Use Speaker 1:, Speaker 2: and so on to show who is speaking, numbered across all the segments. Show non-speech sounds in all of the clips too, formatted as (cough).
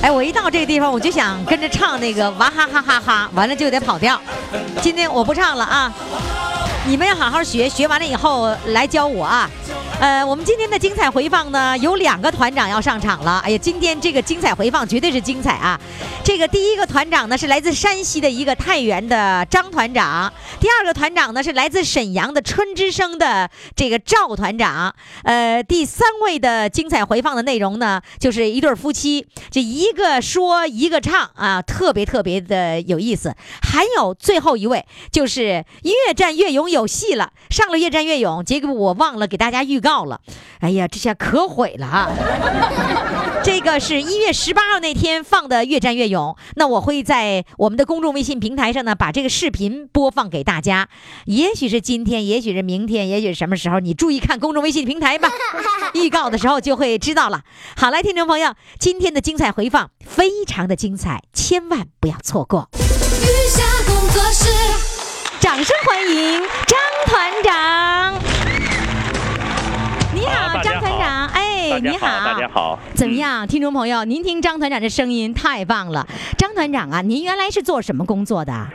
Speaker 1: 哎，我一到这个地方，我就想跟着唱那个娃哈哈哈哈，完了就得跑调。今天我不唱了啊，你们要好好学，学完了以后来教我啊。呃，我们今天的精彩回放呢，有两个团长要上场了。哎呀，今天这个精彩回放绝对是精彩啊！这个第一个团长呢是来自山西的一个太原的张团长，第二个团长呢是来自沈阳的春之声的这个赵团长。呃，第三位的精彩回放的内容呢，就是一对夫妻，这一个说一个唱啊，特别特别的有意思。还有最后一位就是越战越勇有戏了，上了越战越勇，结果我忘了给大家预告。到了，哎呀，这下可毁了啊！这个是一月十八号那天放的《越战越勇》，那我会在我们的公众微信平台上呢，把这个视频播放给大家。也许是今天，也许是明天，也许什么时候，你注意看公众微信平台吧，预告的时候就会知道了。好，来，听众朋友，今天的精彩回放非常的精彩，千万不要错过。
Speaker 2: 雨下工作室，
Speaker 1: 掌声欢迎张团长。你好，
Speaker 3: 好
Speaker 1: 张团长。哎，你好，
Speaker 3: 大家好。嗯
Speaker 1: 怎么样，听众朋友？您听张团长这声音太棒了。张团长啊，您原来是做什么工作的？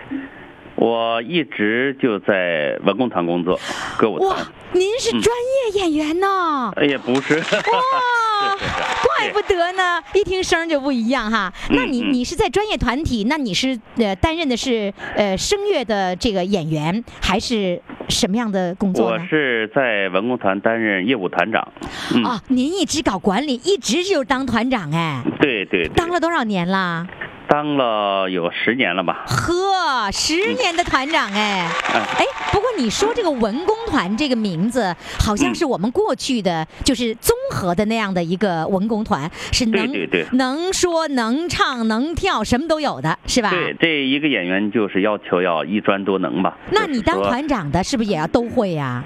Speaker 3: 我一直就在文工团工作，歌舞
Speaker 1: 哇
Speaker 3: 团。，
Speaker 1: 您
Speaker 3: 嗯
Speaker 1: 是专业演员呢。
Speaker 3: 哎呀，不是。
Speaker 1: 哇
Speaker 3: 是是是，
Speaker 1: 怪不得呢，一听声儿就不一样哈。那你
Speaker 3: 嗯嗯
Speaker 1: 你是在专业团体，那你是呃担任的是呃声乐的这个演员，还是什么样的工作
Speaker 3: 我
Speaker 1: 呢？
Speaker 3: 是在文工团担任业务团长。嗯，
Speaker 1: 啊，您一直搞管理，一直就当团长哎，
Speaker 3: 对对对
Speaker 1: 当，了多少年啦？
Speaker 3: 当了有十年了吧？
Speaker 1: 呵，十年的团长哎，
Speaker 3: 哎，
Speaker 1: 哎，不过你说这个文工团这个名字，好
Speaker 3: 嗯
Speaker 1: 像是我们过去的就是综合的那样的一个文工团，是能
Speaker 3: 对对对
Speaker 1: 能说能唱能跳，什么都有的，是吧？
Speaker 3: 对，这一个演员就是要求要一专多能吧？
Speaker 1: 那你当
Speaker 3: 就是说
Speaker 1: 团长的，是不是也要都会
Speaker 3: (laughs)
Speaker 1: 呀、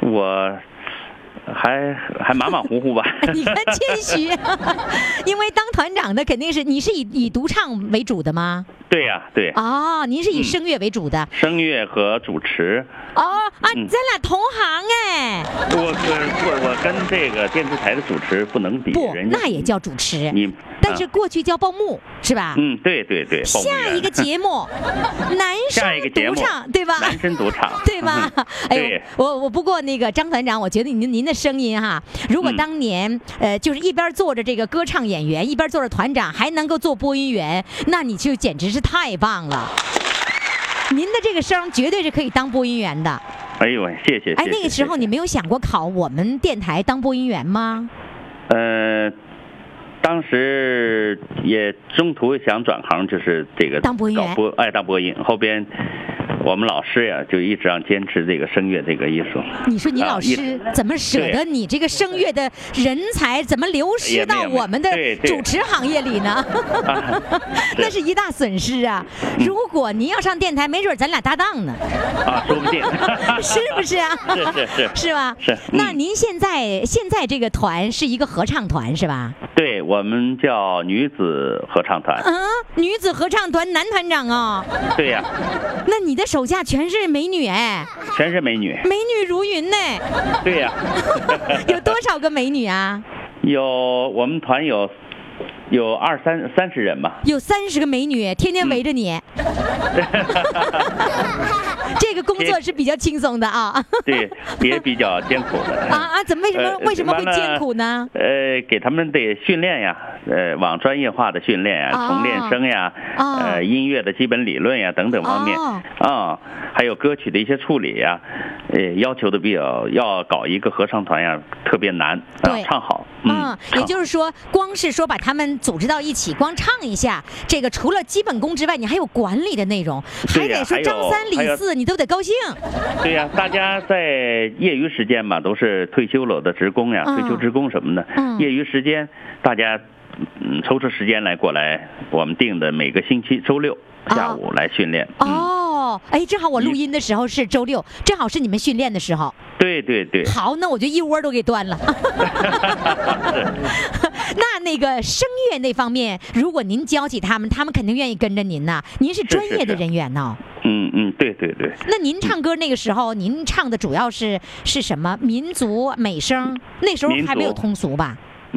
Speaker 3: 我还还马马虎虎吧？
Speaker 1: (laughs) 你看谦
Speaker 3: (laughs)
Speaker 1: 虚，因为当团长的肯定是你是以以独唱为主的吗？
Speaker 3: 对呀、对，
Speaker 1: 哦，您是以
Speaker 3: 嗯
Speaker 1: 声乐为主的。
Speaker 3: 声乐和主持。
Speaker 1: 哦啊，咱
Speaker 3: 嗯
Speaker 1: 俩同行哎，
Speaker 3: 我我我我跟这个电视台的主持不能比，
Speaker 1: 不，
Speaker 3: 人家
Speaker 1: 那也叫主持，
Speaker 3: 你，
Speaker 1: 但
Speaker 3: 啊
Speaker 1: 是过去叫报幕是吧？
Speaker 3: 嗯，对对对，报幕
Speaker 1: 下
Speaker 3: 员
Speaker 1: 一个
Speaker 3: (laughs)
Speaker 1: 节目，男
Speaker 3: 下一个
Speaker 1: 生
Speaker 3: 节
Speaker 1: 独
Speaker 3: 目
Speaker 1: 唱，对吧？，
Speaker 3: 男生独唱
Speaker 1: 对吧？ (laughs) 哎呦
Speaker 3: 对，
Speaker 1: 我我不过那个张团长，我觉得您您的声音哈，如果
Speaker 3: 嗯
Speaker 1: 当年、呃就是一边做着这个歌唱演员，一边做着团长，还能够做播音员，那你就简直是太棒了。您的这个声儿绝对是可以当播音员的。
Speaker 3: 哎呦喂，谢谢。
Speaker 1: 哎，
Speaker 3: 谢
Speaker 1: 那个
Speaker 3: 谢
Speaker 1: 时候
Speaker 3: 谢
Speaker 1: 你没有想过考我们电台当播音员吗？
Speaker 3: 呃，当时也中途想转行，就是这个
Speaker 1: 当播音员
Speaker 3: 搞播哎，当播音。后边我们老师呀，就一直让坚持这个声乐这个艺
Speaker 1: (laughs)
Speaker 3: 术，
Speaker 1: 你说你
Speaker 3: 啊
Speaker 1: 老
Speaker 3: 一
Speaker 1: 师怎么舍得
Speaker 3: 对
Speaker 1: 你这个声乐的人才，怎么流失
Speaker 3: 也没
Speaker 1: 到
Speaker 3: 有没有
Speaker 1: 我们的
Speaker 3: 对对
Speaker 1: 主持行业里呢？ (laughs)
Speaker 3: 啊嗯
Speaker 1: 那是一大损失啊！如果您要上电台，没准咱俩搭档呢，
Speaker 3: 啊，说
Speaker 4: (laughs)
Speaker 3: 不定
Speaker 1: 是不是啊？
Speaker 3: (laughs) 是是是，
Speaker 1: 是吧？
Speaker 3: 是
Speaker 1: 那
Speaker 3: 嗯
Speaker 1: 您现在现在这个团是一个合唱团是吧？
Speaker 3: 对我们叫女子合唱团，
Speaker 1: 嗯，女子合唱团男团长哦。
Speaker 3: 对呀、
Speaker 1: 那你的手下全是美女哎，
Speaker 3: 全是美女，
Speaker 1: 美女如云
Speaker 3: (laughs)
Speaker 1: 呢。
Speaker 3: 对呀、
Speaker 1: 有多少个美女啊？
Speaker 3: 有我们团有有二三三十人吧，
Speaker 1: 有三十个美女，天天围
Speaker 3: 嗯
Speaker 1: 着
Speaker 3: (laughs)
Speaker 1: 你。这个工作是比较轻松的
Speaker 3: (laughs)
Speaker 1: 啊。
Speaker 3: 对，也比较艰苦的。
Speaker 1: 啊啊，怎么为什么
Speaker 3: 呃
Speaker 1: 为什么会
Speaker 3: 完了
Speaker 1: 艰苦呢？
Speaker 3: 呃，给他们得训练呀，呃，往专业化的训练呀，
Speaker 1: 哦
Speaker 3: 从练声呀，
Speaker 1: 哦
Speaker 3: 呃，音乐的基本理论呀等等方面，
Speaker 1: 哦
Speaker 3: 啊、还有歌曲的一些处理呀，呃，要求的比较要搞一个合唱团呀，特别难，啊
Speaker 1: 对
Speaker 3: 唱好，
Speaker 1: 嗯，也
Speaker 3: 唱
Speaker 1: 就是说，光是说把他们组织到一起，光唱一下，这个除了基本功之外，你还有管理的内容，还
Speaker 3: 对呀
Speaker 1: 得说
Speaker 3: 还有
Speaker 1: 张三
Speaker 3: 还
Speaker 1: 李
Speaker 3: 有
Speaker 1: 四，你都得高兴。
Speaker 3: (laughs) 对呀、大家在业余时间吧，都是退休了的职工呀，
Speaker 1: 嗯
Speaker 3: 退休职工什么的，
Speaker 1: 嗯
Speaker 3: 业余时间大家嗯抽出时间来过来，我们定的每个星期周六
Speaker 1: 啊
Speaker 3: 下午来训练。嗯，
Speaker 1: 哦，哎，正好我录
Speaker 3: 一
Speaker 1: 音的时候是周六，正好是你们训练的时候。
Speaker 3: 对对对，
Speaker 1: 好，那我就一窝都给端
Speaker 3: (laughs)
Speaker 1: 了。那那个声乐那方面，如果您教起他们，他们肯定愿意跟着您呐、您是专业的人员呐、
Speaker 3: 嗯嗯，对对对。
Speaker 1: 那您唱歌那个时候，您唱的主要是是什么？民族美声？那时候还没有
Speaker 3: 民族
Speaker 1: 通俗吧？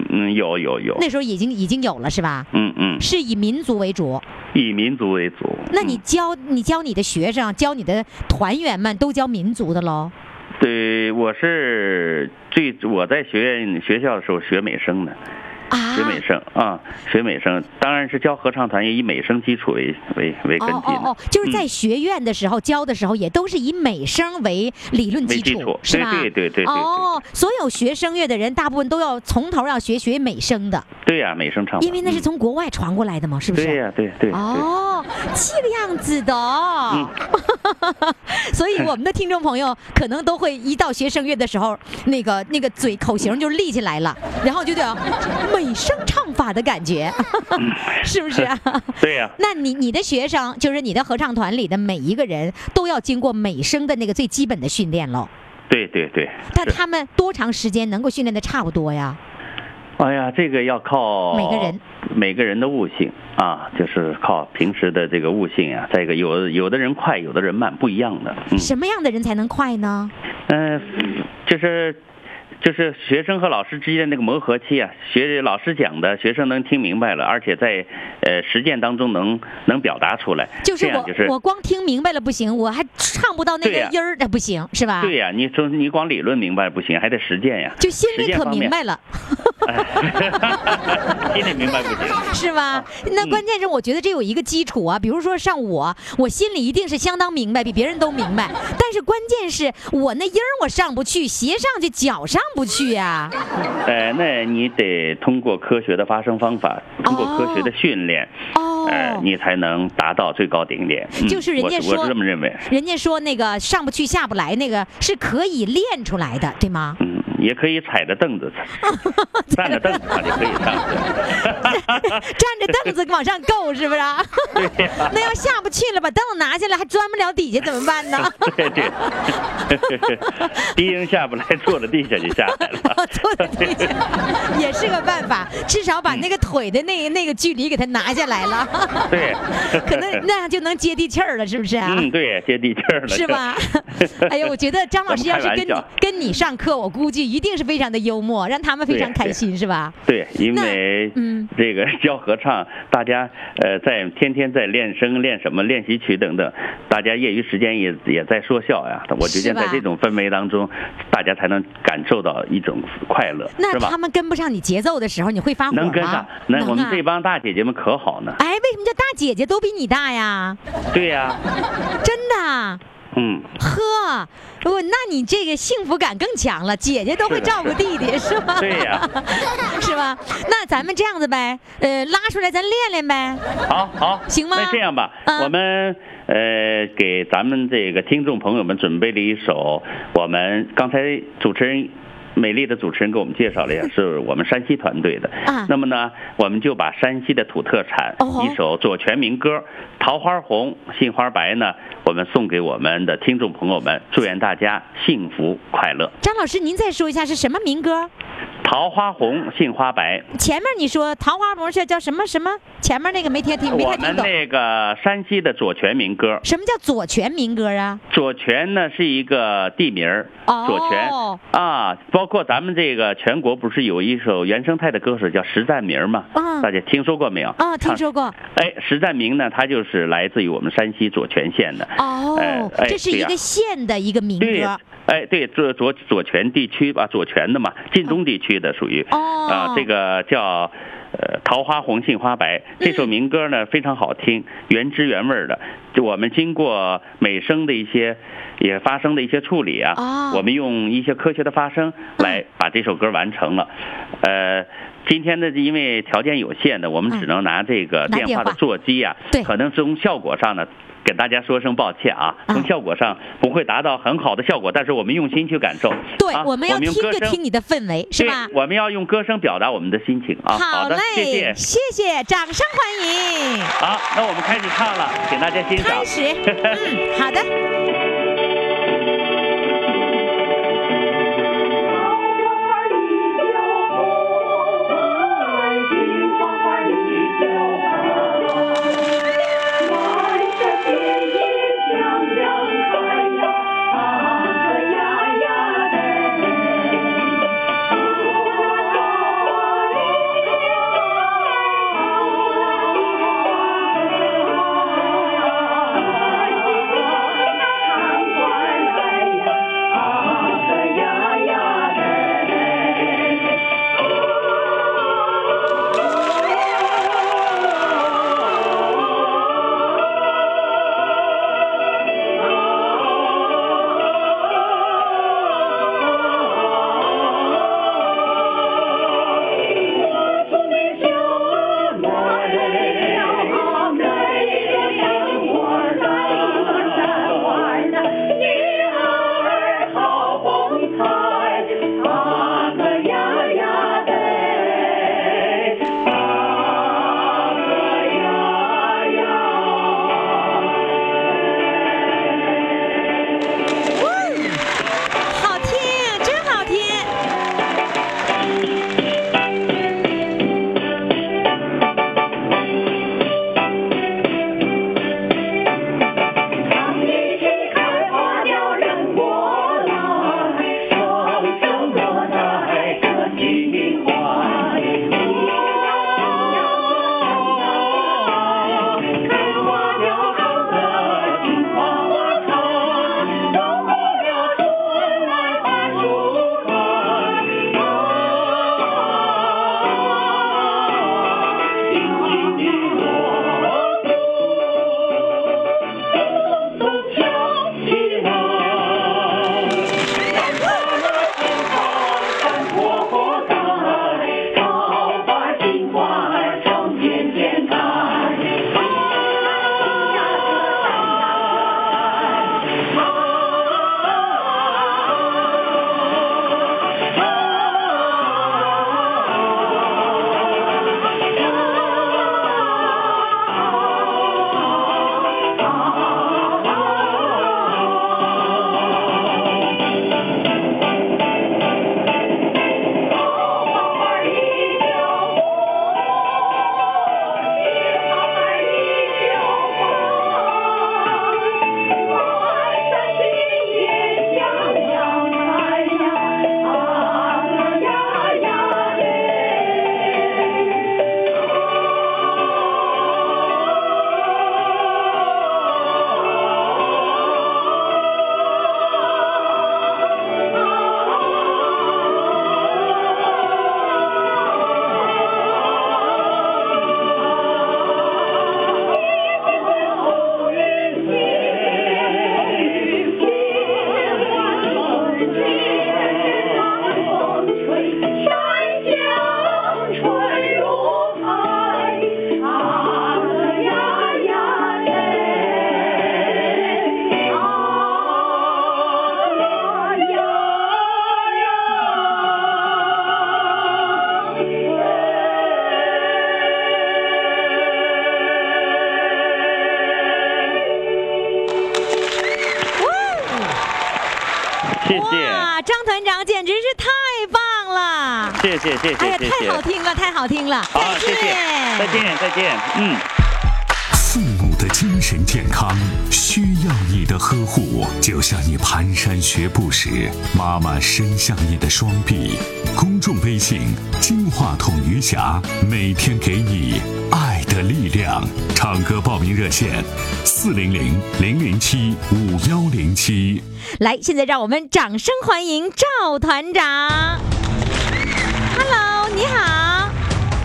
Speaker 3: 嗯，有有有，
Speaker 1: 那时候已经已经有了是吧？
Speaker 3: 嗯嗯，
Speaker 1: 是以民族为主。
Speaker 3: 以民族为主。
Speaker 1: 那你
Speaker 3: 嗯
Speaker 1: 教你教你的学生，教你的团员们都教民族的喽？
Speaker 3: 对我是最我在学院学校的时候学美声的，
Speaker 1: 啊
Speaker 3: 学美声啊，学美声，当然是教合唱团也以美声基础为为为根
Speaker 1: 哦
Speaker 3: 基
Speaker 1: 哦
Speaker 3: 的
Speaker 1: 哦，就是在
Speaker 3: 嗯
Speaker 1: 学院的时候、教的时候，也都是以美声为理论基
Speaker 3: 为基
Speaker 1: 础，
Speaker 3: 础
Speaker 1: 是吧？
Speaker 3: 对对对对对
Speaker 1: 哦，所有学声乐的人，大部分都要从头要学学美声的，
Speaker 3: 对呀、美声唱法，嗯
Speaker 1: 因为那是从国外传过来的嘛，是不是？
Speaker 3: 对呀、对对对。
Speaker 1: 哦，这个样子的
Speaker 3: 嗯
Speaker 1: 哦， (laughs) 所以我们的听众朋友可能都会一到学声乐的时候，那个那个嘴口型就立起来了，然后就有美声唱法的感觉，是不是、啊？
Speaker 3: 对呀、
Speaker 1: 那你你的学生，就是你的合唱团里的每一个人都要经过美声的那个最基本的训练喽。
Speaker 3: 对对对。
Speaker 1: 但
Speaker 3: 是
Speaker 1: 他们多长时间能够训练的差不多呀？
Speaker 3: 哎呀，这个要靠
Speaker 1: 每个人
Speaker 3: 每个人的悟性啊，就是靠平时的这个悟性啊。再一个，有有的人快，有的人慢，不一样的。嗯
Speaker 1: 什么样的人才能快呢？
Speaker 3: 嗯、就是就是学生和老师之间那个磨合期啊，学老师讲的，学生能听明白了，而且在呃实践当中能能表达出来。
Speaker 1: 就是
Speaker 3: 这样
Speaker 1: 我、
Speaker 3: 就是
Speaker 1: 我光听明白了不行，我还唱不到那
Speaker 3: 对
Speaker 1: 个
Speaker 3: 呀
Speaker 1: 音儿，那、不行是吧？
Speaker 3: 对呀、你说你光理论明白不行，还得实践呀。
Speaker 1: 就心
Speaker 3: 实
Speaker 1: 里
Speaker 3: 践
Speaker 1: 可
Speaker 3: 方
Speaker 1: 明
Speaker 3: 面
Speaker 1: 白了，
Speaker 3: 哎 (laughs) 心里明白不行。
Speaker 1: 是
Speaker 3: 啊
Speaker 1: 吧？那
Speaker 3: 嗯
Speaker 1: 关键是我觉得这有一个基础啊，比如说像我，我心里一定是相当明白，比别人都明
Speaker 3: (laughs)
Speaker 1: 白。但是关键是我那音儿我上不去，斜上去脚上不去呀、
Speaker 3: 呃，那你得通过科学的发声方法，通过科学的训练，
Speaker 1: 哦，
Speaker 3: 呃，你才能达到最高顶点。嗯、
Speaker 1: 就是人家
Speaker 3: 我是我
Speaker 1: 说
Speaker 3: 是这么认为。
Speaker 1: 人家说那个上不去下不来，那个是可以练出来的，对吗？ (laughs)
Speaker 3: 嗯，也可以踩着凳子，
Speaker 1: 哦
Speaker 3: 站着凳子
Speaker 1: (laughs)
Speaker 3: 上就可以上去。
Speaker 1: 站着凳子往上够，是不是啊？ (laughs)
Speaker 3: 对呀、
Speaker 1: 那要下不去了，把凳子拿下来还钻不了底下，怎么办呢？
Speaker 3: (laughs)
Speaker 1: (laughs)
Speaker 3: 对对，低音下不来，坐在地下就下来了。
Speaker 1: 坐在地下也是个办法，至少把那个腿的那那个距离给它拿下来了，
Speaker 3: 对，
Speaker 1: 可能 (laughs) 那样就能接地气儿了，是不是啊？
Speaker 3: (laughs) 嗯，对，接地气儿了，
Speaker 1: 是吧？ (laughs) 哎呦，我觉得张老师要是跟你
Speaker 3: 咱们开玩笑
Speaker 1: 跟你上课，我估计一定是非常的幽默，让他们非常开心，是吧？
Speaker 3: 对，因
Speaker 1: 那
Speaker 3: 为
Speaker 1: 嗯
Speaker 3: 这个 (laughs) 教合唱，大家呃在天天在练声、练什么练习曲等等，大家业余时间也也在说笑呀。我觉
Speaker 1: 是
Speaker 3: 得
Speaker 1: 吧
Speaker 3: 在这种氛围当中，大家才能感受到一种快乐，
Speaker 1: 那
Speaker 3: 是吧
Speaker 1: 他？们跟不上你节奏的时候，你会发火吗？
Speaker 3: 能跟上，那我们
Speaker 1: 啊
Speaker 3: 这帮大姐姐们可好呢。
Speaker 1: 哎，为什么叫大姐姐都比你大呀？
Speaker 3: 对
Speaker 1: (laughs)
Speaker 3: 呀、
Speaker 1: 真的啊，
Speaker 3: 嗯，
Speaker 1: 呵，我那你这个幸福感更强了，姐姐都会
Speaker 3: 是的
Speaker 1: 照顾弟弟是吧？
Speaker 3: 对呀、
Speaker 1: (laughs) 是吧？那咱们这样子呗，呃，拉出来咱练练呗。
Speaker 3: 好好，
Speaker 1: 行吗
Speaker 3: 那这样吧，
Speaker 1: 嗯
Speaker 3: 我们呃给咱们这个听众朋友们准备了一首，我们刚才主持人。美丽的主持人给我们介绍了一下，是我们山西团队的。
Speaker 1: 啊
Speaker 3: 那么呢，我们就把山西的土特产、
Speaker 1: 哦吼
Speaker 3: 一首左权民歌《桃花红，杏花白》呢，我们送给我们的听众朋友们，祝愿大家幸福快乐。
Speaker 1: 张老师，您再说一下是什么民歌？
Speaker 3: 桃花红，杏花白，
Speaker 1: 前面你说桃花魔雀叫什么什么？前面那个没听听没
Speaker 3: 我
Speaker 1: 太
Speaker 3: 们
Speaker 1: 听懂。
Speaker 3: 那个山西的左权民歌。
Speaker 1: 什么叫左权民歌啊？
Speaker 3: 左权呢是一个地名儿，
Speaker 1: 哦
Speaker 3: 左权啊，包括咱们这个全国不是有一首原生态的歌手叫石占明吗？
Speaker 1: 嗯
Speaker 3: 大家听说过没有？
Speaker 1: 啊，听
Speaker 3: 唱。
Speaker 1: 说过。
Speaker 3: 哎，石占明呢，他就是来自于我们山西左权县的。
Speaker 1: 哦
Speaker 3: 哎，哎
Speaker 1: 这是一
Speaker 3: 对
Speaker 1: 个
Speaker 3: 呀
Speaker 1: 县的一个民
Speaker 3: 对
Speaker 1: 歌。，
Speaker 3: 啊哎，对，左左左权地区吧，左权的嘛，晋中地区去的，属于
Speaker 1: 哦
Speaker 3: 啊、这个叫呃桃花红杏花白这
Speaker 1: 嗯
Speaker 3: 首民歌呢、非常好听，原汁原味儿的。就我们经过美声的一些也发声的一些处理啊，
Speaker 1: 哦嗯
Speaker 3: 我们用一些科学的发声来把这首歌完成了。呃，今天呢，因为条件有限呢，我们只能拿这个
Speaker 1: 嗯拿
Speaker 3: 电
Speaker 1: 电
Speaker 3: 话的
Speaker 1: 话
Speaker 3: 座机啊，
Speaker 1: 对
Speaker 3: 可能从效果上呢。给大家说声抱歉啊，
Speaker 1: 啊
Speaker 3: 从效果上不会达到很好的效果，但是我们用心去感受。
Speaker 1: 对，
Speaker 3: 啊、
Speaker 1: 我们要
Speaker 3: 用
Speaker 1: 听
Speaker 3: 歌
Speaker 1: 着
Speaker 3: 声
Speaker 1: 听你的氛围，是
Speaker 3: 对，
Speaker 1: 吧？
Speaker 3: 我们要用歌声表达我们的心情啊。好
Speaker 1: 好
Speaker 3: 的
Speaker 1: 嘞，，
Speaker 3: 谢谢。
Speaker 1: 谢谢掌声欢迎，
Speaker 3: 好，那我们开始唱了，请大家欣赏
Speaker 1: 开。
Speaker 3: (laughs)
Speaker 1: 始，嗯，好的。好听，哎真好听！
Speaker 2: 哎
Speaker 3: 谢谢，
Speaker 1: 哇，啊张团长简直是太棒了！
Speaker 3: 谢谢，谢
Speaker 1: 哎呀，
Speaker 3: 谢，谢
Speaker 1: 太
Speaker 3: 谢
Speaker 1: 好。听了，太好听了！
Speaker 3: 好，
Speaker 1: 再
Speaker 3: 谢谢，再见，再见。嗯。
Speaker 5: 父母的精神健康需要你的呵护，就像你蹒跚学步时，妈妈伸向你的双臂。公众微信“金话筒余霞”，每天给你爱的力量。唱歌报名热线：四零零零零七五幺零七。
Speaker 1: 来，现在让我们掌声欢迎赵团长。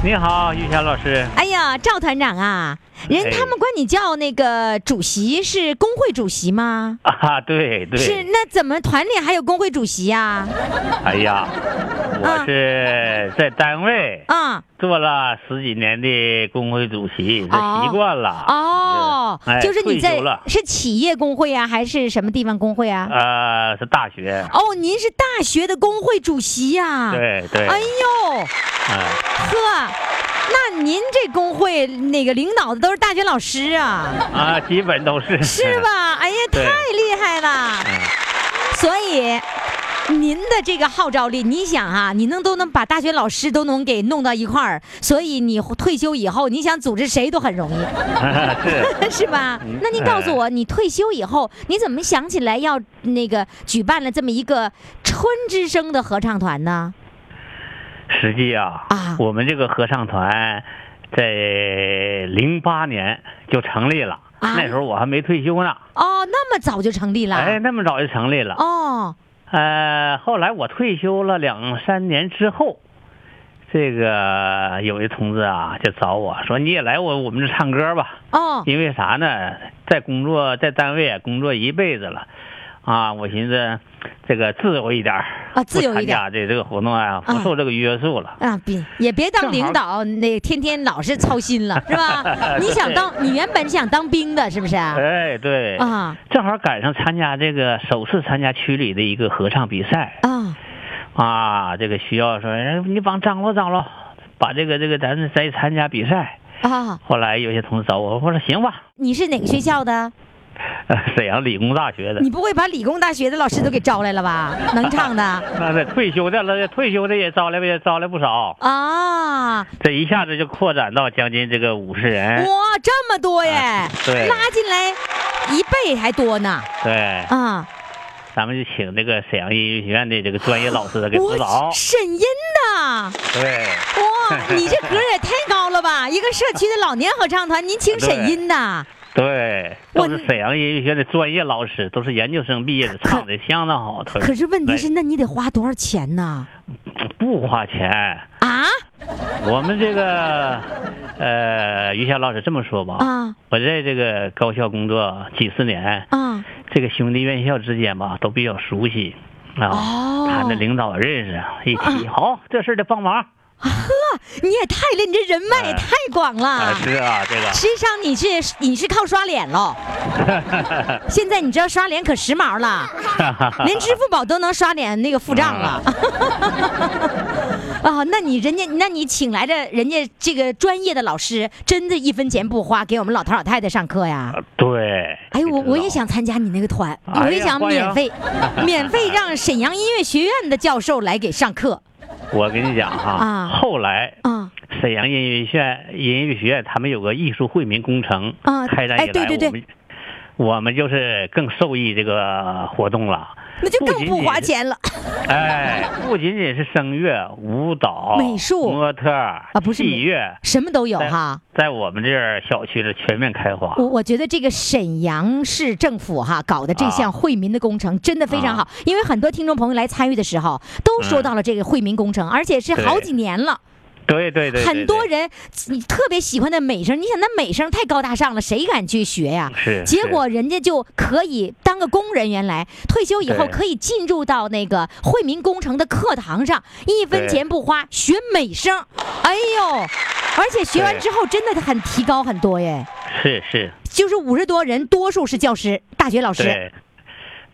Speaker 6: 你好，玉霞老师。
Speaker 1: 哎呀，赵团长啊，人
Speaker 6: 哎
Speaker 1: 他们管你叫那个主席是工会主席吗？
Speaker 6: 啊，对对，
Speaker 1: 是，那怎么团里还有工会主席呀、
Speaker 6: 哎呀，
Speaker 1: 嗯
Speaker 6: 我是在单位
Speaker 1: 啊？
Speaker 6: 做了十几年的工会主席，这
Speaker 1: 哦
Speaker 6: 习惯了。
Speaker 1: 哦
Speaker 6: 哎，
Speaker 1: 就是你
Speaker 6: 退
Speaker 1: 在
Speaker 6: 休了
Speaker 1: 是企业工会啊，还是什么地方工会啊？
Speaker 6: 呃，是大学，
Speaker 1: 哦，您是大学的工会主席呀、
Speaker 6: 对对，
Speaker 1: 哎呦，
Speaker 6: 哎
Speaker 1: 呵，那您这工会那个领导的都是大学老师啊，
Speaker 6: 啊，基本都是
Speaker 1: 是？吧？哎呀，太
Speaker 6: 对
Speaker 1: 厉害了！
Speaker 6: 嗯
Speaker 1: 所以。您的这个号召力，你想啊，你能都能把大学老师都能给弄到一块儿，所以你退休以后，你想组织谁都很容易，
Speaker 2: (laughs)
Speaker 6: 是，
Speaker 1: (laughs) 是吧？
Speaker 6: 嗯
Speaker 1: 那您告
Speaker 6: 哎
Speaker 1: 诉我，你退休以后，你怎么想起来要那个举办了这么一个春之声的合唱团呢？
Speaker 6: 实际啊，
Speaker 1: 啊
Speaker 6: 我们这个合唱团在零八年就成立了，
Speaker 1: 啊
Speaker 6: 那时候我还没退休呢，
Speaker 1: 哦，那么早就成立了？
Speaker 6: 哎，那么早就成立了。
Speaker 1: 哦，
Speaker 6: 呃，后来我退休了两三年之后，这个有一同志啊就找我说，你也来我我们这唱歌吧，
Speaker 1: 哦，
Speaker 6: 因为啥呢，在工作在单位啊工作一辈子了，啊，我寻思这个自由一点儿
Speaker 1: 啊自由一点
Speaker 6: 不参加这这个活动啊，
Speaker 1: 啊
Speaker 6: 不受这个约束了。
Speaker 1: 啊，别也别当
Speaker 6: 正好
Speaker 1: 领导，那天天老是操心了，是
Speaker 6: (laughs)
Speaker 1: 吧？你想当，你原本想当兵的，是不是啊？
Speaker 6: 哎，对，
Speaker 1: 啊
Speaker 6: 正好赶上参加这个首次参加区里的一个合唱比赛
Speaker 1: 啊
Speaker 6: 啊，这个需要说哎你帮张罗张罗，把这个这个咱再参加比赛。
Speaker 1: 啊！
Speaker 6: 后来有些同事找我，我说行吧， (laughs)
Speaker 1: 你是哪个学校的？
Speaker 6: 呃沈阳理工大学的
Speaker 1: 你，不会把理工大学的老师都给招来了吧？能唱的
Speaker 6: 那那退休的了，退休的也招来也招来不少，
Speaker 1: 啊！
Speaker 6: 这一下子就扩展到将近这个五十人，
Speaker 1: 哇，这么多耶！
Speaker 6: 哎对
Speaker 1: 拉进来一倍还多呢
Speaker 6: 对，
Speaker 1: 啊！
Speaker 6: 咱们就请这个沈阳音乐学院的这个专业老师给指导
Speaker 1: 我，沈音
Speaker 6: (laughs)
Speaker 1: 的，
Speaker 6: 对，
Speaker 1: 哇，你这格儿也太高了吧！一个社区的老年合唱团，您请沈音
Speaker 6: (laughs)
Speaker 1: 的。
Speaker 6: (laughs) 对，
Speaker 1: 我
Speaker 6: 都是沈阳音乐学院的专业老师，都是研究生毕业的，唱的相当好。特别
Speaker 1: 可是问题是，那你得花多少钱呢？
Speaker 6: 哎不花钱，
Speaker 1: 啊
Speaker 6: 我们这个呃，于霞老师这么说吧，
Speaker 1: 啊
Speaker 6: 我在这个高校工作几十年，
Speaker 1: 啊！
Speaker 6: 这个兄弟院校之间吧都比较熟悉啊，
Speaker 1: 哦啊
Speaker 6: 他的领导认识，一提好这事儿得帮忙哎
Speaker 1: 你也太厉害，你这人脉也太广了。
Speaker 6: 是啊，这个
Speaker 1: 实际上你是你是靠刷脸喽。现在你知道刷脸可时髦
Speaker 6: (laughs)
Speaker 1: 了，连支付宝都能刷脸那个付账了。啊，那你人家，那你请来的人家这个专业的老师，真的一分钱不花，给我们老头老太太上课呀？
Speaker 6: 啊 (laughs) 对。
Speaker 1: 哎呦，我
Speaker 6: 你知道
Speaker 1: 我也想参加你那个团，
Speaker 6: 哎呀
Speaker 1: 我也想免
Speaker 6: (laughs)
Speaker 1: 费，免费让沈阳音乐学院的教授来给上课
Speaker 6: 我跟你讲哈，
Speaker 1: 啊
Speaker 6: 后来
Speaker 1: 啊
Speaker 6: 沈阳音乐学院音乐学院他们有个艺术惠民工程
Speaker 1: 啊
Speaker 6: 开展以来，
Speaker 1: 哎对对对
Speaker 6: 我们我们就是更受益这个活动了。
Speaker 1: 那就更不花
Speaker 6: 不仅仅是
Speaker 1: 钱
Speaker 6: (laughs)
Speaker 1: 了。
Speaker 6: 哎，不仅仅是声乐、舞蹈、
Speaker 1: 美术
Speaker 6: 模特啊
Speaker 1: 不是美
Speaker 6: 戏乐，
Speaker 1: 什么都有啊
Speaker 6: 在
Speaker 1: 哈。
Speaker 6: 在我们这儿小区是全面开花。
Speaker 1: 我我觉得这个沈阳市政府哈搞的这项
Speaker 6: 啊
Speaker 1: 惠民的工程真的非常好，因为很多听众朋友来参与的时候
Speaker 6: 嗯
Speaker 1: 都说到了这个惠民工程，而且是好几年了，
Speaker 6: 对对对，对
Speaker 1: 很多
Speaker 6: 对
Speaker 1: 人你特别喜欢的美声，你想那美声太高大上了，谁敢去学呀？
Speaker 6: 是
Speaker 1: 结
Speaker 6: 是
Speaker 1: 果人家就可以当个工人，原来退休以后
Speaker 6: 对
Speaker 1: 可以进入到那个惠民工程的课堂上，一分
Speaker 6: 对
Speaker 1: 钱不花学美声，哎呦，而且学完
Speaker 6: 对
Speaker 1: 之后真的很提高很多耶。
Speaker 6: 是是，
Speaker 1: 就是五十多人，多数是教师、大学老师
Speaker 6: 对，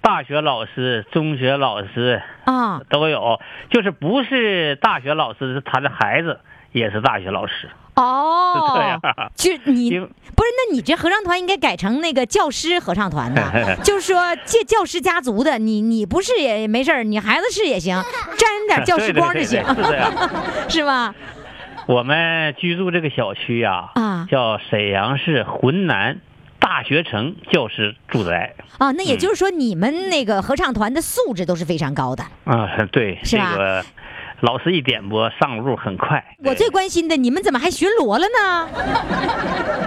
Speaker 6: 大学老师、中学老师
Speaker 1: 啊。
Speaker 6: 都有，就是不是大学老师，是他的孩子也是大学老师。是这
Speaker 1: 哦
Speaker 6: 样，
Speaker 1: 就你
Speaker 6: 因为
Speaker 1: 不是？那你这合唱团应该改成那个教师合唱团
Speaker 6: (laughs)
Speaker 1: 呢？就是说，这教师家族的，你你不是也没事儿，你孩子是也行，沾点教师光就行
Speaker 6: (laughs) 对，对对对是这样。
Speaker 1: (laughs) 是吧？
Speaker 6: 我们居住这个小区呀、
Speaker 1: 啊
Speaker 6: 叫沈阳市浑南大学城教师住宅。
Speaker 1: 啊，那也就是说，你们那个合唱团的素质都是非常高的。
Speaker 6: 啊，对，
Speaker 1: 是
Speaker 6: 这
Speaker 1: 吧
Speaker 6: 个老师一点拨，上路很快。
Speaker 1: 我最
Speaker 6: 对
Speaker 1: 关心的，你们怎么还巡逻了呢？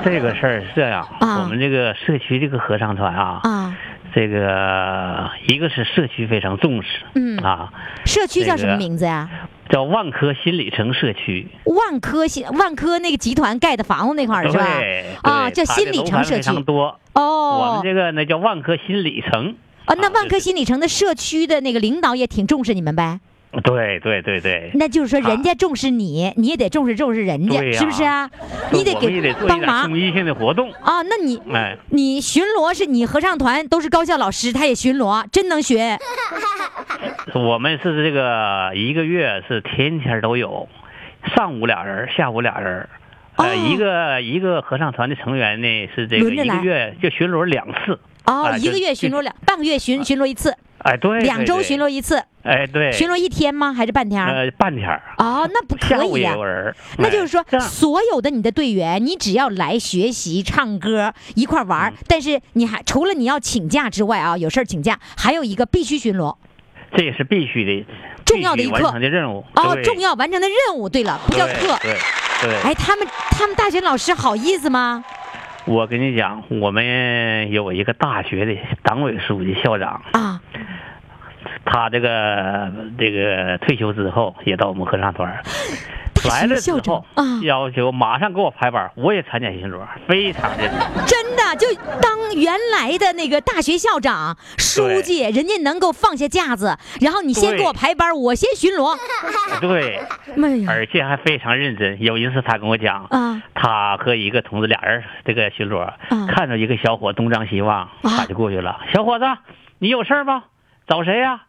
Speaker 6: 这个事儿是这样，
Speaker 1: 啊
Speaker 6: 我们这个社区这个合唱团啊，
Speaker 1: 啊，
Speaker 6: 这个一个是社区非常重视，
Speaker 1: 嗯
Speaker 6: 啊，
Speaker 1: 社区叫
Speaker 6: 这
Speaker 1: 什么
Speaker 6: 个
Speaker 1: 名字呀？
Speaker 6: 叫万科新里程社区，
Speaker 1: 万科新万科那个集团盖的房子那块儿
Speaker 6: 对
Speaker 1: 是吧？
Speaker 6: 对
Speaker 1: 啊，叫
Speaker 6: 它
Speaker 1: 新
Speaker 6: 这
Speaker 1: 里
Speaker 6: 楼
Speaker 1: 程
Speaker 6: 盘
Speaker 1: 社
Speaker 6: 非
Speaker 1: 区
Speaker 6: 常多。我们
Speaker 1: 哦。
Speaker 6: 这个呢叫万科新里程。
Speaker 1: 啊，那
Speaker 6: 啊
Speaker 1: 万
Speaker 6: 就
Speaker 1: 科
Speaker 6: 是
Speaker 1: 新里程的社区的那个领导也挺重视你们呗？
Speaker 6: 对对对对，
Speaker 1: 那就是说，人
Speaker 6: 啊
Speaker 1: 家重视你，你也得重视重视人家，
Speaker 6: 对呀
Speaker 1: 是不是啊？你得
Speaker 6: 我们也
Speaker 1: 给
Speaker 6: 得做一
Speaker 1: 帮
Speaker 6: 点
Speaker 1: 忙
Speaker 6: 公益性的活动。
Speaker 1: 啊。那你
Speaker 6: 哎，
Speaker 1: 你巡逻是你合唱团都是高校老师，他也巡逻，真能巡。
Speaker 6: (laughs) 我们是这个一个月是天天都有，上午俩人，下午俩人。
Speaker 1: 哦
Speaker 6: 呃，一个一个合唱团的成员呢是这个
Speaker 1: 轮着
Speaker 6: 一个
Speaker 1: 来
Speaker 6: 月就巡逻两次，
Speaker 1: 哦，
Speaker 6: 啊
Speaker 1: 一个
Speaker 6: 就
Speaker 1: 月巡
Speaker 6: 就
Speaker 1: 逻两，半个月巡巡逻一次，
Speaker 6: 哎对，
Speaker 1: 两
Speaker 6: 对
Speaker 1: 周巡，
Speaker 6: 对
Speaker 1: 逻一次，
Speaker 6: 哎对，
Speaker 1: 巡逻一天吗？还是半天儿？
Speaker 6: 呃半天儿，
Speaker 1: 哦，那不
Speaker 6: 下
Speaker 1: 可
Speaker 6: 午
Speaker 1: 以
Speaker 6: 也
Speaker 1: 呀
Speaker 6: 有。人，
Speaker 1: 那
Speaker 6: 哎
Speaker 1: 就是说
Speaker 6: 这，样
Speaker 1: 所有的你的队员，你只要来学习、唱歌一块儿玩
Speaker 6: 嗯
Speaker 1: 儿，但是你还除了你要请假之外啊，有事儿请假，还有一个必须巡逻。
Speaker 6: 这也是必须的，
Speaker 1: 重要的一
Speaker 6: 必须
Speaker 1: 刻
Speaker 6: 完成的任务
Speaker 1: 哦，
Speaker 6: 对
Speaker 1: 重要完成的任务。对了，不叫
Speaker 6: 对
Speaker 1: 课。
Speaker 6: 对对，
Speaker 1: 哎，他们他们大学老师好意思吗？
Speaker 6: 我跟你讲，我们有一个大学的党委书记、校长，
Speaker 1: 啊，
Speaker 6: 他这个这个退休之后也到我们合唱团儿
Speaker 1: 大学
Speaker 6: 来了之
Speaker 1: 校长
Speaker 6: 后
Speaker 1: 啊，
Speaker 6: 要求马上给我排班，我也参加巡逻，非常
Speaker 1: (laughs)
Speaker 6: 认真。
Speaker 1: 真的就当原来的那个大学校长、书记，人家能够放下架子，然后你先
Speaker 6: 对
Speaker 1: 给我排班，我先巡逻。嗯
Speaker 6: 对，
Speaker 1: 妈呀，
Speaker 6: 而且还非常认真。有一次他跟我讲，
Speaker 1: 啊
Speaker 6: 他和一个同志俩人这个巡逻，
Speaker 1: 嗯
Speaker 6: 看着一个小伙东张西望，
Speaker 1: 啊
Speaker 6: 他就过去了。小伙子，你有事儿吗？找谁呀、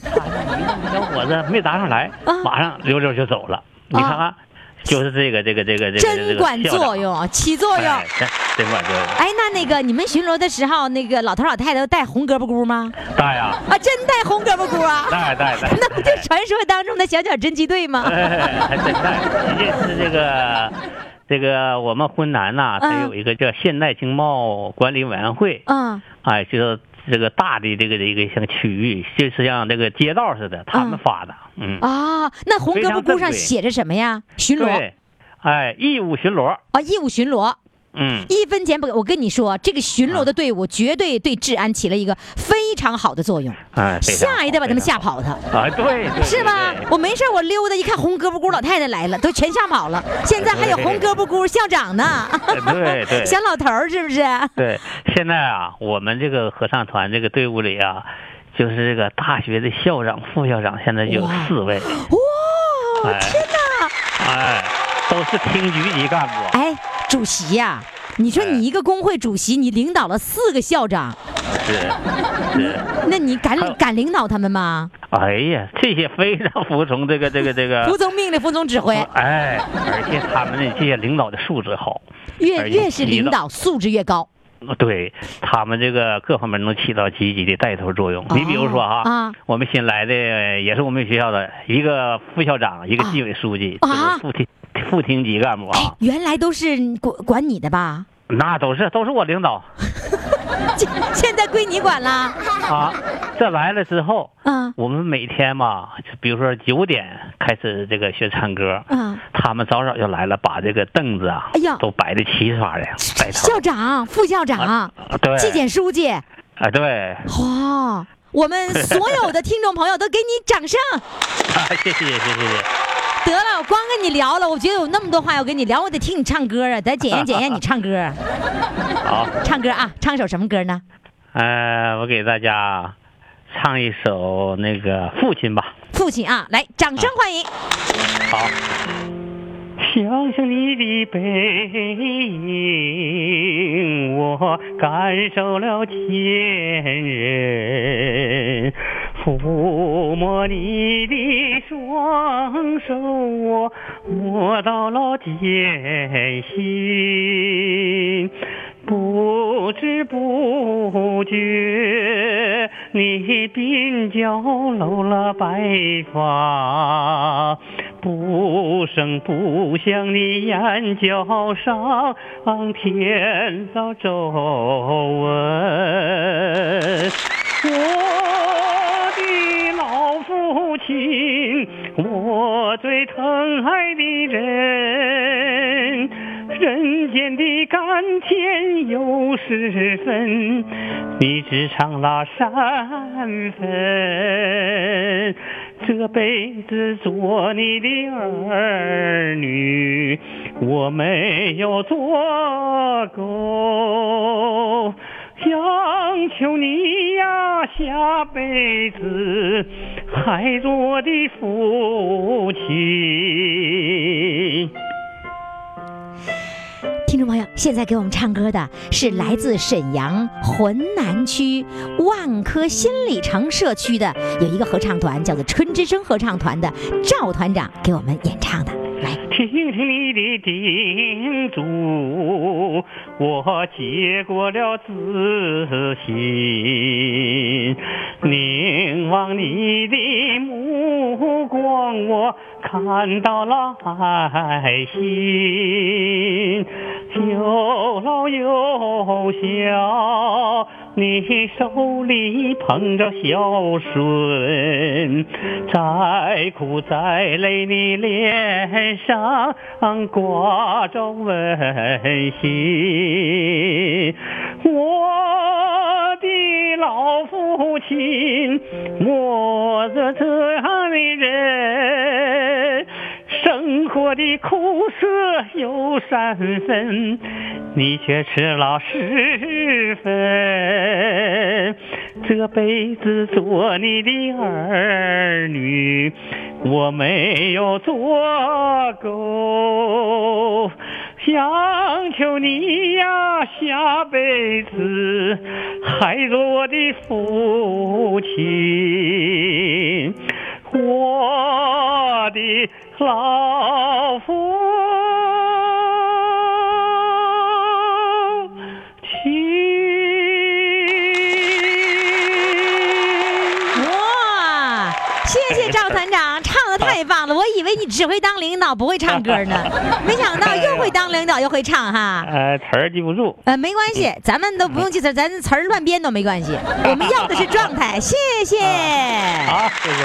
Speaker 6: 他小伙子没答上来，
Speaker 1: 啊
Speaker 6: 马上溜溜就走了。你看看，就是这个这个这个这个
Speaker 1: 真管作，用，起作
Speaker 6: 哎
Speaker 1: 用。，
Speaker 6: 真真管作用。
Speaker 1: 哎，那那个你们巡逻的时候，那个老头老太太都戴红胳膊箍吗？
Speaker 6: 大呀，
Speaker 1: 啊，真戴红胳膊箍啊！
Speaker 6: 带带带，
Speaker 1: 那不就传说当中的小脚侦缉队吗？
Speaker 6: 哎还真带，这是这个。这个我们浑南呐、它有一个叫现代经贸管理委员会，
Speaker 1: 嗯，
Speaker 6: 哎，就是这个大的这个这个像区域，就是像这个街道似的，他们发的，嗯，
Speaker 1: 啊，那红
Speaker 6: 非
Speaker 1: 胳
Speaker 6: 常
Speaker 1: 膊箍上
Speaker 6: 正规
Speaker 1: 写着什么呀？巡逻
Speaker 6: 对，哎，义务巡逻，
Speaker 1: 啊，义务巡逻，
Speaker 6: 嗯，
Speaker 1: 一分钱不给。我跟你说，这个巡逻
Speaker 6: 啊
Speaker 1: 的队伍绝对对治安起了一个非常好的作用，
Speaker 6: 哎，非常好
Speaker 1: 吓一得把他们吓，跑他。
Speaker 6: 非常好啊，对，对
Speaker 1: 是吧
Speaker 6: 对对？
Speaker 1: 我没事儿，我溜达一看，红胳膊箍老太太来了，都全吓跑了。现在还有红胳膊箍校长呢，(laughs)
Speaker 6: 对对
Speaker 1: 小老头儿是不是？
Speaker 6: 对，现在啊，我们这个合唱团这个队伍里啊，就是这个大学的校长、副校长，现在就有
Speaker 1: 哇
Speaker 6: 四位，
Speaker 1: 哇，
Speaker 6: 哎
Speaker 1: 天哪！
Speaker 6: 哎，都是厅局级干部，
Speaker 1: 哎，主席呀、你说你一个工会主席，你领导了四个校长，
Speaker 6: 是是。
Speaker 1: 那你
Speaker 6: 还
Speaker 1: 敢
Speaker 6: 有
Speaker 1: 敢领导他们吗？
Speaker 6: 哎呀，这些非常服从这个这个这个
Speaker 1: 服从命令，服从指挥，
Speaker 6: 哎，而且他们的这些领导的素质好，
Speaker 1: 越
Speaker 6: 而且
Speaker 1: 越是
Speaker 6: 提
Speaker 1: 领
Speaker 6: 到
Speaker 1: 导素质越高。
Speaker 6: 对他们这个各方面能起到积极的带头作用。你比如说
Speaker 1: 哦啊
Speaker 6: 啊，我们新来的呃也是我们学校的一个副校长，一个纪委书记，
Speaker 1: 啊哎
Speaker 6: 这个副厅副厅级干部啊，
Speaker 1: 原来都是管管你的吧？
Speaker 6: 那都是都是我
Speaker 1: (laughs)
Speaker 6: 领导
Speaker 1: 现现在归你管啦？
Speaker 6: 啊。这来了之后，
Speaker 1: 啊
Speaker 6: 我们每天嘛，就比如说九点开始这个学唱歌，
Speaker 1: 啊！
Speaker 6: 他们早早就来了，把这个凳子啊，
Speaker 1: 哎呀
Speaker 6: 都摆的齐刷的，摆
Speaker 1: 校长、副校长、
Speaker 6: 啊对，
Speaker 1: 纪检书记，
Speaker 6: 啊对， (laughs)
Speaker 1: 哇！我们所有的听众朋友都给你掌声。
Speaker 6: 啊，谢谢谢谢谢谢，
Speaker 1: 得了，我光跟你聊了，我觉得有那么多话要跟你聊，我得听你唱歌啊，得检验检验你唱歌，啊
Speaker 6: 好，
Speaker 1: 唱歌啊，唱首什么歌呢？
Speaker 6: 呃，我给大家唱一首那个《父亲》吧。
Speaker 1: 父亲啊，来，掌声欢迎。
Speaker 6: 好，想想你的背影，我感受了前人；抚摸你的双手，我摸到了艰辛。不知不觉，你鬓角露了白发，不声不响，你眼角上添了皱纹。我的老父亲，我最疼爱的人，人间的甘甜有十分，你只尝了三分。
Speaker 7: 这辈子做你的儿女，我没有做够。央求你呀，下辈子还做我的父亲。
Speaker 1: 听众朋友，现在给我们唱歌的是来自沈阳浑南区万科新里程社区的有一个合唱团，叫做春之声合唱团的赵团长给我们演唱的。来，
Speaker 7: 听听你的叮嘱，我接过了自信，凝望你的目光，我看到了爱心，有老有小。你手里捧着孝顺，再苦再累，你脸上挂着温馨。我的老父亲，我的这样的人。生活的苦涩有三分，你却吃了十分。这辈子做你的儿女，我没有做够。央求你呀，下辈子还做我的父亲。我的老父亲。
Speaker 1: 哇，谢谢赵团长，唱的太棒了！我以为你只会当领导不会唱歌呢，没想到又会当领导又会唱哈。
Speaker 7: 呃，词儿记不住。
Speaker 1: 呃，没关系，咱们都不用记词儿，咱词儿乱编都没关系。我们要的是状态，谢谢。
Speaker 7: 好，啊谢谢。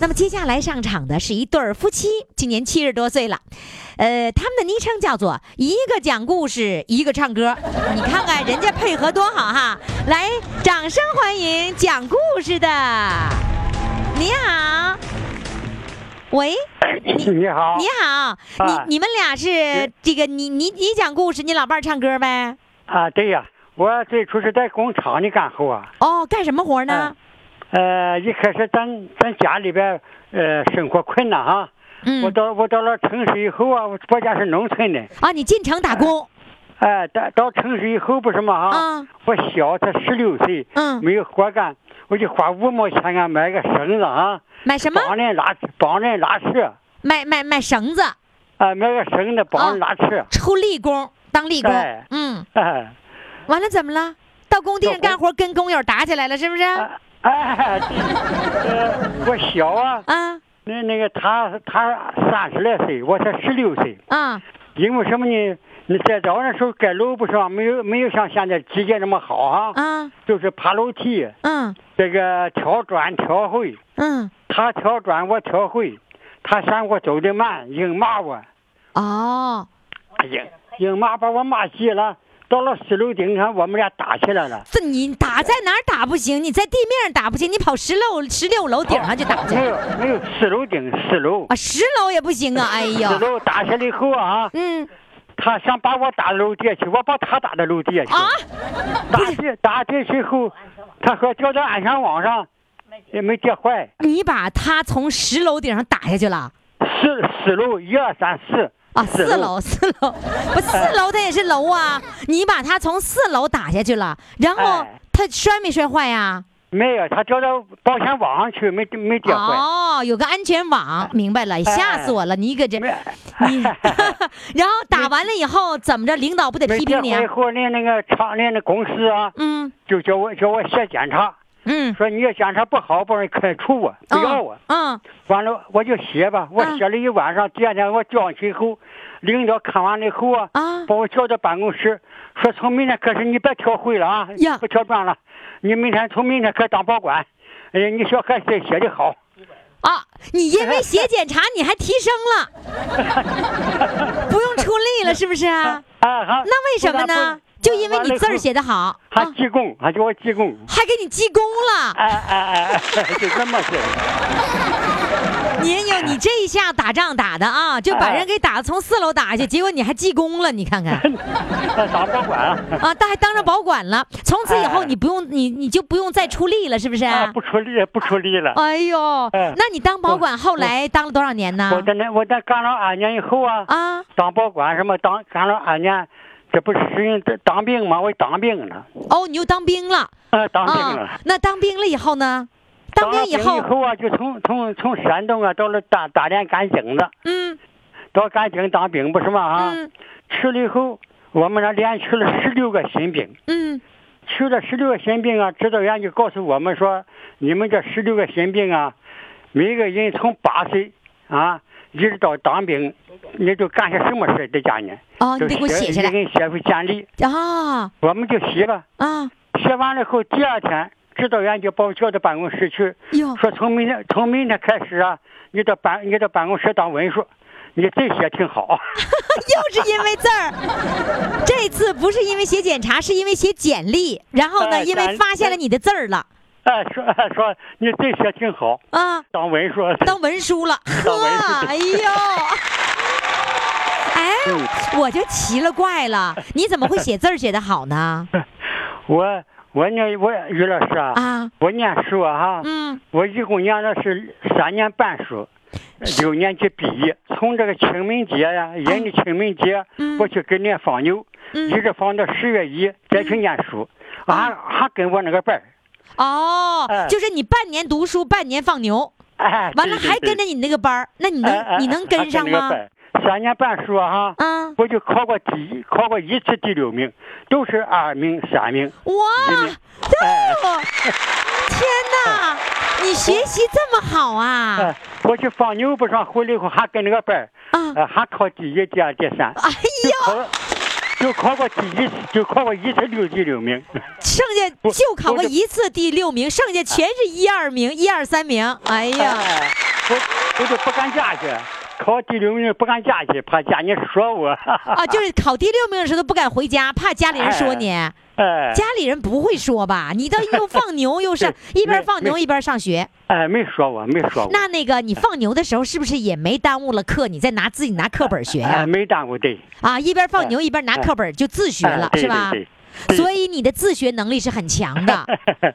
Speaker 1: 那么接下来上场的是一对儿夫妻，今年七十多岁了，呃，他们的昵称叫做一个讲故事，一个唱歌。你看看人家配合多好哈！来，掌声欢迎讲故事的。你好，喂，
Speaker 7: 哎你好
Speaker 1: 你好，
Speaker 7: 啊
Speaker 1: 你你们俩是这个你你你讲故事，你老伴儿唱歌呗？
Speaker 7: 啊，对呀，我最初是在工厂里干活啊，
Speaker 1: 哦，干什么活呢？
Speaker 7: 呃，一开始咱咱家里边呃生活困难啊，我
Speaker 1: 嗯，
Speaker 7: 到我到了城市以后啊，我我家是农村的，
Speaker 1: 啊，你进城打工
Speaker 7: 哎、到到城市以后不是嘛啊，
Speaker 1: 啊？
Speaker 7: 我小才十六岁，
Speaker 1: 嗯
Speaker 7: 没有活干，我就花五毛钱啊买个绳子啊，
Speaker 1: 买什么？
Speaker 7: 帮人拉帮人拉车，啊、
Speaker 1: 买买买绳子，啊
Speaker 7: 买个绳子帮人拉车，
Speaker 1: 出力工，当力工
Speaker 7: 哎。
Speaker 1: 嗯， (laughs)
Speaker 7: 哎
Speaker 1: 完了怎么了？到工地上干活，跟工友打起来了，是不是？
Speaker 7: 哎哎，对呃我小啊，
Speaker 1: 啊
Speaker 7: 那那个他他三十来岁，我才十六岁，
Speaker 1: 啊，
Speaker 7: 因为什么呢？你再早那时候盖楼不是吧？没有没有像现在基建那么好啊，
Speaker 1: 啊
Speaker 7: 就是爬楼梯，
Speaker 1: 嗯
Speaker 7: 这个挑砖挑会，
Speaker 1: 嗯，
Speaker 7: 他挑砖我挑会，他嫌我走的慢，硬骂我，
Speaker 1: 哦，
Speaker 7: 硬硬骂把我骂急了。到了四楼顶上，我们俩打起来了。
Speaker 1: 这你打在哪儿打不行？你在地面上打不行，你跑十楼十六楼顶上去打去
Speaker 7: 没有没有，四楼顶四楼，
Speaker 1: 啊？十楼也不行啊！哎
Speaker 7: 四
Speaker 1: 呦，
Speaker 7: 楼打下来以后啊，
Speaker 1: 嗯
Speaker 7: 他想把我打楼底下去，我把他打到楼底下去。
Speaker 1: 啊，
Speaker 7: 打地打地去后，他说叫到安全网上，也没跌坏。
Speaker 1: 你把他从十楼顶上打下去了。
Speaker 7: 四四楼一二三四
Speaker 1: 啊，四楼，四楼，不，四楼它也是楼啊！你把他从四楼打下去了，然后
Speaker 7: 哎
Speaker 1: 他摔没摔坏呀、
Speaker 7: 没有，他掉到保险网上去，没没跌坏。
Speaker 1: 哦，有个安全网，明白了，吓死我了！你搁这，
Speaker 7: 哎没
Speaker 1: 你， (laughs) 然后打完了以后怎么着？领导不得
Speaker 7: 没
Speaker 1: 批
Speaker 7: 跌
Speaker 1: 评你啊
Speaker 7: 坏以？后，那那个厂那那公司啊，
Speaker 1: 嗯
Speaker 7: 就叫我叫我写检查，
Speaker 1: 嗯，
Speaker 7: 说你要检查不好，不然开除我，不要我。
Speaker 1: 嗯，
Speaker 7: 完了我就写吧，我
Speaker 1: 嗯
Speaker 7: 写了一晚上，第二天我交上去以后，领导看完了以后啊，
Speaker 1: 啊
Speaker 7: 把我叫到办公室，说从明天开始你别挑灰了啊
Speaker 1: 呀，
Speaker 7: 不挑砖了，
Speaker 8: 你明天从明天可以当保管，哎呀，你小孩写写的好，
Speaker 1: 啊，你因为写检查你还提升了，不用出力了，是不是啊？
Speaker 8: (laughs) 啊，还
Speaker 1: 那为什么呢？就因为你字儿写的好，
Speaker 8: 还
Speaker 1: 啊，
Speaker 8: 记功，还叫我
Speaker 1: (laughs)
Speaker 8: 记功，
Speaker 1: 还给你记功了。
Speaker 8: 哎哎哎，哎 (laughs) 就这么写
Speaker 1: (laughs)
Speaker 8: 的，
Speaker 1: 您有你这一下打仗打的啊，就把
Speaker 8: 哎
Speaker 1: 人给打从四楼打下去，结果你还记功了，你看
Speaker 8: (laughs)
Speaker 1: 看
Speaker 8: 当保管了，
Speaker 1: 啊，但还当上保管了。从此以后
Speaker 8: 哎
Speaker 1: 你不用你你就不用再出力了，是不是？
Speaker 8: 啊，不出力不出力了。
Speaker 1: 哎呦，
Speaker 8: 哎
Speaker 1: 那你当保管后来当了多少年呢？
Speaker 8: 我在那我在干了二年以后啊，
Speaker 1: 啊，
Speaker 8: 当保管什么当干了二年，这不是实行当当兵吗？我当兵了，
Speaker 1: 哦，你又当兵了
Speaker 8: 啊，当兵了。
Speaker 1: 啊？那当兵了以后呢？当兵
Speaker 8: 了
Speaker 1: 以
Speaker 8: 兵
Speaker 1: 后
Speaker 8: 以，后啊，就从从从山东啊，到了大大连干警的，
Speaker 1: 嗯
Speaker 8: 到干警当兵不是嘛啊？
Speaker 1: 嗯
Speaker 8: 去了以后，我们那连去了十六个新兵，
Speaker 1: 嗯，
Speaker 8: 去了十六个新兵啊，指导员就告诉我们说，你们这十六个新兵啊，每个人从八岁啊，一直到当兵，你就干些什么事儿在家呢？
Speaker 1: 哦，你
Speaker 8: 就
Speaker 1: 得给我写下
Speaker 8: 一
Speaker 1: 来
Speaker 8: 人写份简历，
Speaker 1: 啊
Speaker 8: 我们就写了。
Speaker 1: 啊
Speaker 8: 写完了以后，第二天指导员就把我叫到办公室去，
Speaker 1: 哟
Speaker 8: 说从明天从明天开始啊，你到办你到办公室当文书，你这写
Speaker 1: (laughs)
Speaker 8: 挺好。
Speaker 1: 又是因为字
Speaker 8: (laughs)
Speaker 1: 儿，这次不是因为写检查，是因为写简历。然后呢，
Speaker 8: 哎
Speaker 1: 因为
Speaker 8: 咱
Speaker 1: 发现了你的字儿了
Speaker 8: 哎，说哎说你这写挺好，
Speaker 1: 啊，
Speaker 8: 当文书。
Speaker 1: 当文书了。
Speaker 8: (laughs) 当
Speaker 1: 呵
Speaker 8: 文
Speaker 1: (laughs)
Speaker 8: 书，
Speaker 1: 哎呦，
Speaker 8: 嗯
Speaker 1: 哎，我就奇了怪了，你怎么会写字儿写得好
Speaker 8: (laughs)
Speaker 1: 呢？
Speaker 8: 我我呢，我于老师啊，
Speaker 1: 啊，
Speaker 8: 我念书啊哈，
Speaker 1: 嗯，
Speaker 8: 我一共念了是三年半书。六年级毕业，从这个清明节呀、人家清明节，
Speaker 1: 嗯
Speaker 8: 我去跟人家放牛，
Speaker 1: 嗯
Speaker 8: 一直放到十月一再去念书，还还跟我那个班儿，
Speaker 1: 哦
Speaker 8: 哎，
Speaker 1: 就是你半年读书，半年放牛，
Speaker 8: 哎，
Speaker 1: 完了
Speaker 8: 对对
Speaker 1: 还
Speaker 8: 对
Speaker 1: 跟着你那个班儿，那你
Speaker 8: 哎哎
Speaker 1: 能你
Speaker 8: 哎
Speaker 1: 能跟上吗
Speaker 8: 还？跟那个班三年半书啊，哈
Speaker 1: 啊，
Speaker 8: 我就考过第一，考过一次第六名，都是二名、三名。
Speaker 1: 哇，
Speaker 8: 明哎
Speaker 1: 哦， (laughs) 天哪，你学习这么好啊
Speaker 8: 哎， (laughs) 我去放牛不上回来以后，还跟那个班儿，
Speaker 1: 啊！
Speaker 8: 呃，还考第一、第二、第三，
Speaker 1: 哎
Speaker 8: 就考
Speaker 1: 呦，
Speaker 8: 了，就考过第一，就考过一次六第六名。
Speaker 1: 剩
Speaker 8: (laughs)
Speaker 1: 下
Speaker 8: 我
Speaker 1: 就考过
Speaker 8: 我就
Speaker 1: 一次第六名，剩下全是一二名、一二三名。哎呀，
Speaker 8: 哎，我我就不敢下去，考第六名不敢下去，怕家里说我。
Speaker 1: 啊， (laughs) 就是考第六名的时候都不敢回家，怕家里人说你。
Speaker 8: 哎
Speaker 1: 家里人不会说吧？你倒又放牛又上，
Speaker 8: 对
Speaker 1: 一边
Speaker 8: (laughs) 没
Speaker 1: 放牛
Speaker 8: 没
Speaker 1: 一边上学。
Speaker 8: 哎，没说我，没说我。
Speaker 1: 那那个你放牛的时候是不是也没耽误了课？你在拿自己拿课本学
Speaker 8: 哎，
Speaker 1: 呀？
Speaker 8: 没耽误对。
Speaker 1: 啊，一边放牛
Speaker 8: 哎
Speaker 1: 一边拿
Speaker 8: 哎
Speaker 1: 课本就自学
Speaker 8: 哎
Speaker 1: 了，
Speaker 8: 对
Speaker 1: 是吧？
Speaker 8: 对对
Speaker 1: 所以你的自学能力是很强
Speaker 8: (laughs)
Speaker 1: 的。
Speaker 8: 对。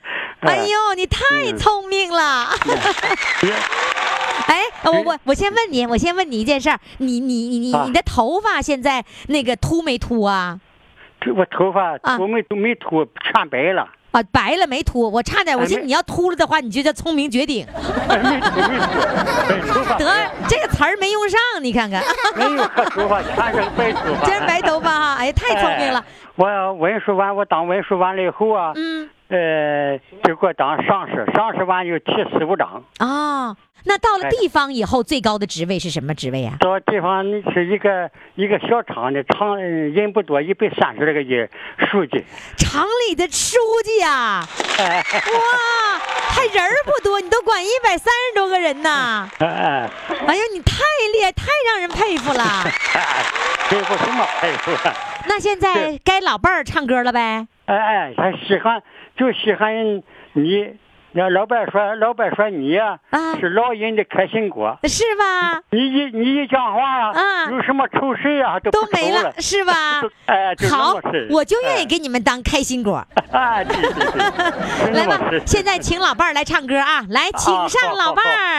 Speaker 1: 哎呦，你太
Speaker 8: 嗯
Speaker 1: 聪明
Speaker 8: (laughs)
Speaker 1: 了！ (laughs) 哎，我我我先问你，我先问你一件事儿，你你你你
Speaker 8: 啊
Speaker 1: 你的头发现在那个秃没秃啊？
Speaker 8: 这我头发
Speaker 1: 啊
Speaker 8: 我没都没秃，全白了，
Speaker 1: 啊，白了没秃？我差点，我
Speaker 8: 哎
Speaker 1: 寻思
Speaker 8: 没
Speaker 1: 你要秃了的话，你就叫聪明绝顶。
Speaker 8: 没秃没秃，白头发
Speaker 1: 得，这个词儿没用上，你看看，
Speaker 8: 没有黑头发，全是白头发。
Speaker 1: (laughs) 真白头发哈！哎，太聪明了
Speaker 8: 哎。。我文书完，我当文书完了以后啊，
Speaker 1: 嗯
Speaker 8: 呃，就给我当上士，上士完就提十五章。
Speaker 1: 哦，那到了
Speaker 8: 哎
Speaker 1: 地方以后，最高的职位是什么职位啊？
Speaker 8: 到地方是一个一个小厂的厂，呃人不多，一百三十来个人，书记。
Speaker 1: 厂里的书记
Speaker 8: (laughs)
Speaker 1: 啊！哇，还人儿不多，你都管一百三十多个人
Speaker 8: (laughs)
Speaker 1: 呐！
Speaker 8: 哎哎
Speaker 1: 哎呦，你太厉害，太让人佩服了。
Speaker 8: 哎，这不什么哎呦，
Speaker 1: 那现在
Speaker 8: 对
Speaker 1: 该老伴儿唱歌了呗？
Speaker 8: 哎哎，他稀罕就稀罕你。那老伴说，老伴说你呀、
Speaker 1: 啊
Speaker 8: 是老人的开心果。
Speaker 1: 是吧？
Speaker 8: 你一你一讲话呀、
Speaker 1: 啊
Speaker 8: 有什么愁事啊都
Speaker 1: 都
Speaker 8: 不
Speaker 1: 没
Speaker 8: 愁
Speaker 1: 了，是吧
Speaker 8: 就？ (laughs) 哎就
Speaker 1: 好
Speaker 8: 那么事，
Speaker 1: 我就愿意
Speaker 8: 哎
Speaker 1: 给你们当开心果。
Speaker 8: 哎， (laughs) 对
Speaker 1: (laughs)
Speaker 8: 对对，就
Speaker 1: 来
Speaker 8: 那
Speaker 1: 吧
Speaker 8: 么事，
Speaker 1: 现在请老伴儿来唱歌
Speaker 8: (laughs)
Speaker 1: 啊！来，请上老伴儿。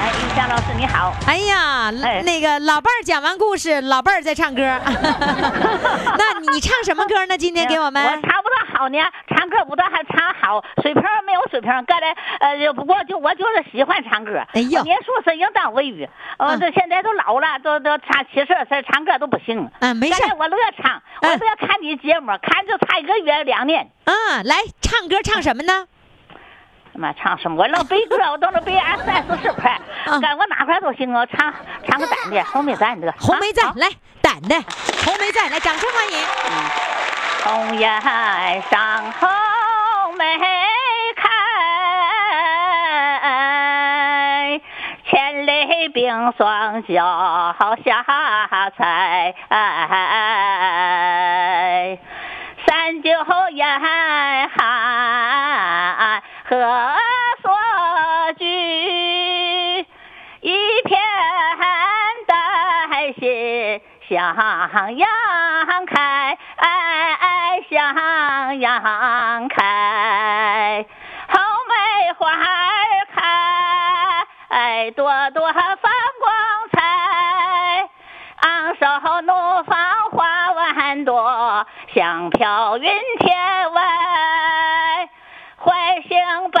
Speaker 9: 哎，玉霞老师你好，
Speaker 1: 哎呀，
Speaker 9: 哎
Speaker 1: 那个老伴儿讲完故事，老伴儿在
Speaker 9: (laughs)
Speaker 1: 唱歌。 (laughs) 那你唱什么歌呢？今天给我
Speaker 9: 哎我
Speaker 1: 们
Speaker 9: 唱不大好呢，唱歌不大还唱好，水平没有水平。刚才呃，不过就我就是喜欢唱歌。
Speaker 1: 哎呦
Speaker 9: 年数是应当为语，呃，
Speaker 1: 嗯
Speaker 9: 这现在都老了，都都唱七十岁唱歌都不行。
Speaker 1: 嗯没事
Speaker 9: 刚才我乐唱，我
Speaker 1: 嗯
Speaker 9: 乐看你节目，看就差一个月两年。
Speaker 1: 啊，来唱歌唱什么呢？
Speaker 9: 妈唱什么？我能背歌，我都能背二三四十块
Speaker 1: 嗯，
Speaker 9: 干我哪块都行啊！唱唱个咱的，红梅咱的，
Speaker 1: 红梅
Speaker 9: 啊
Speaker 1: 赞
Speaker 9: 好
Speaker 1: 来，胆的红梅赞来，掌声欢迎。
Speaker 9: 哎红颜上红梅开，千里冰霜脚下踩。三九沿海何所居？一片丹心向阳开，向阳开，红梅花儿开，朵朵放光彩。昂首怒放花万朵，香飘云天外。浣星百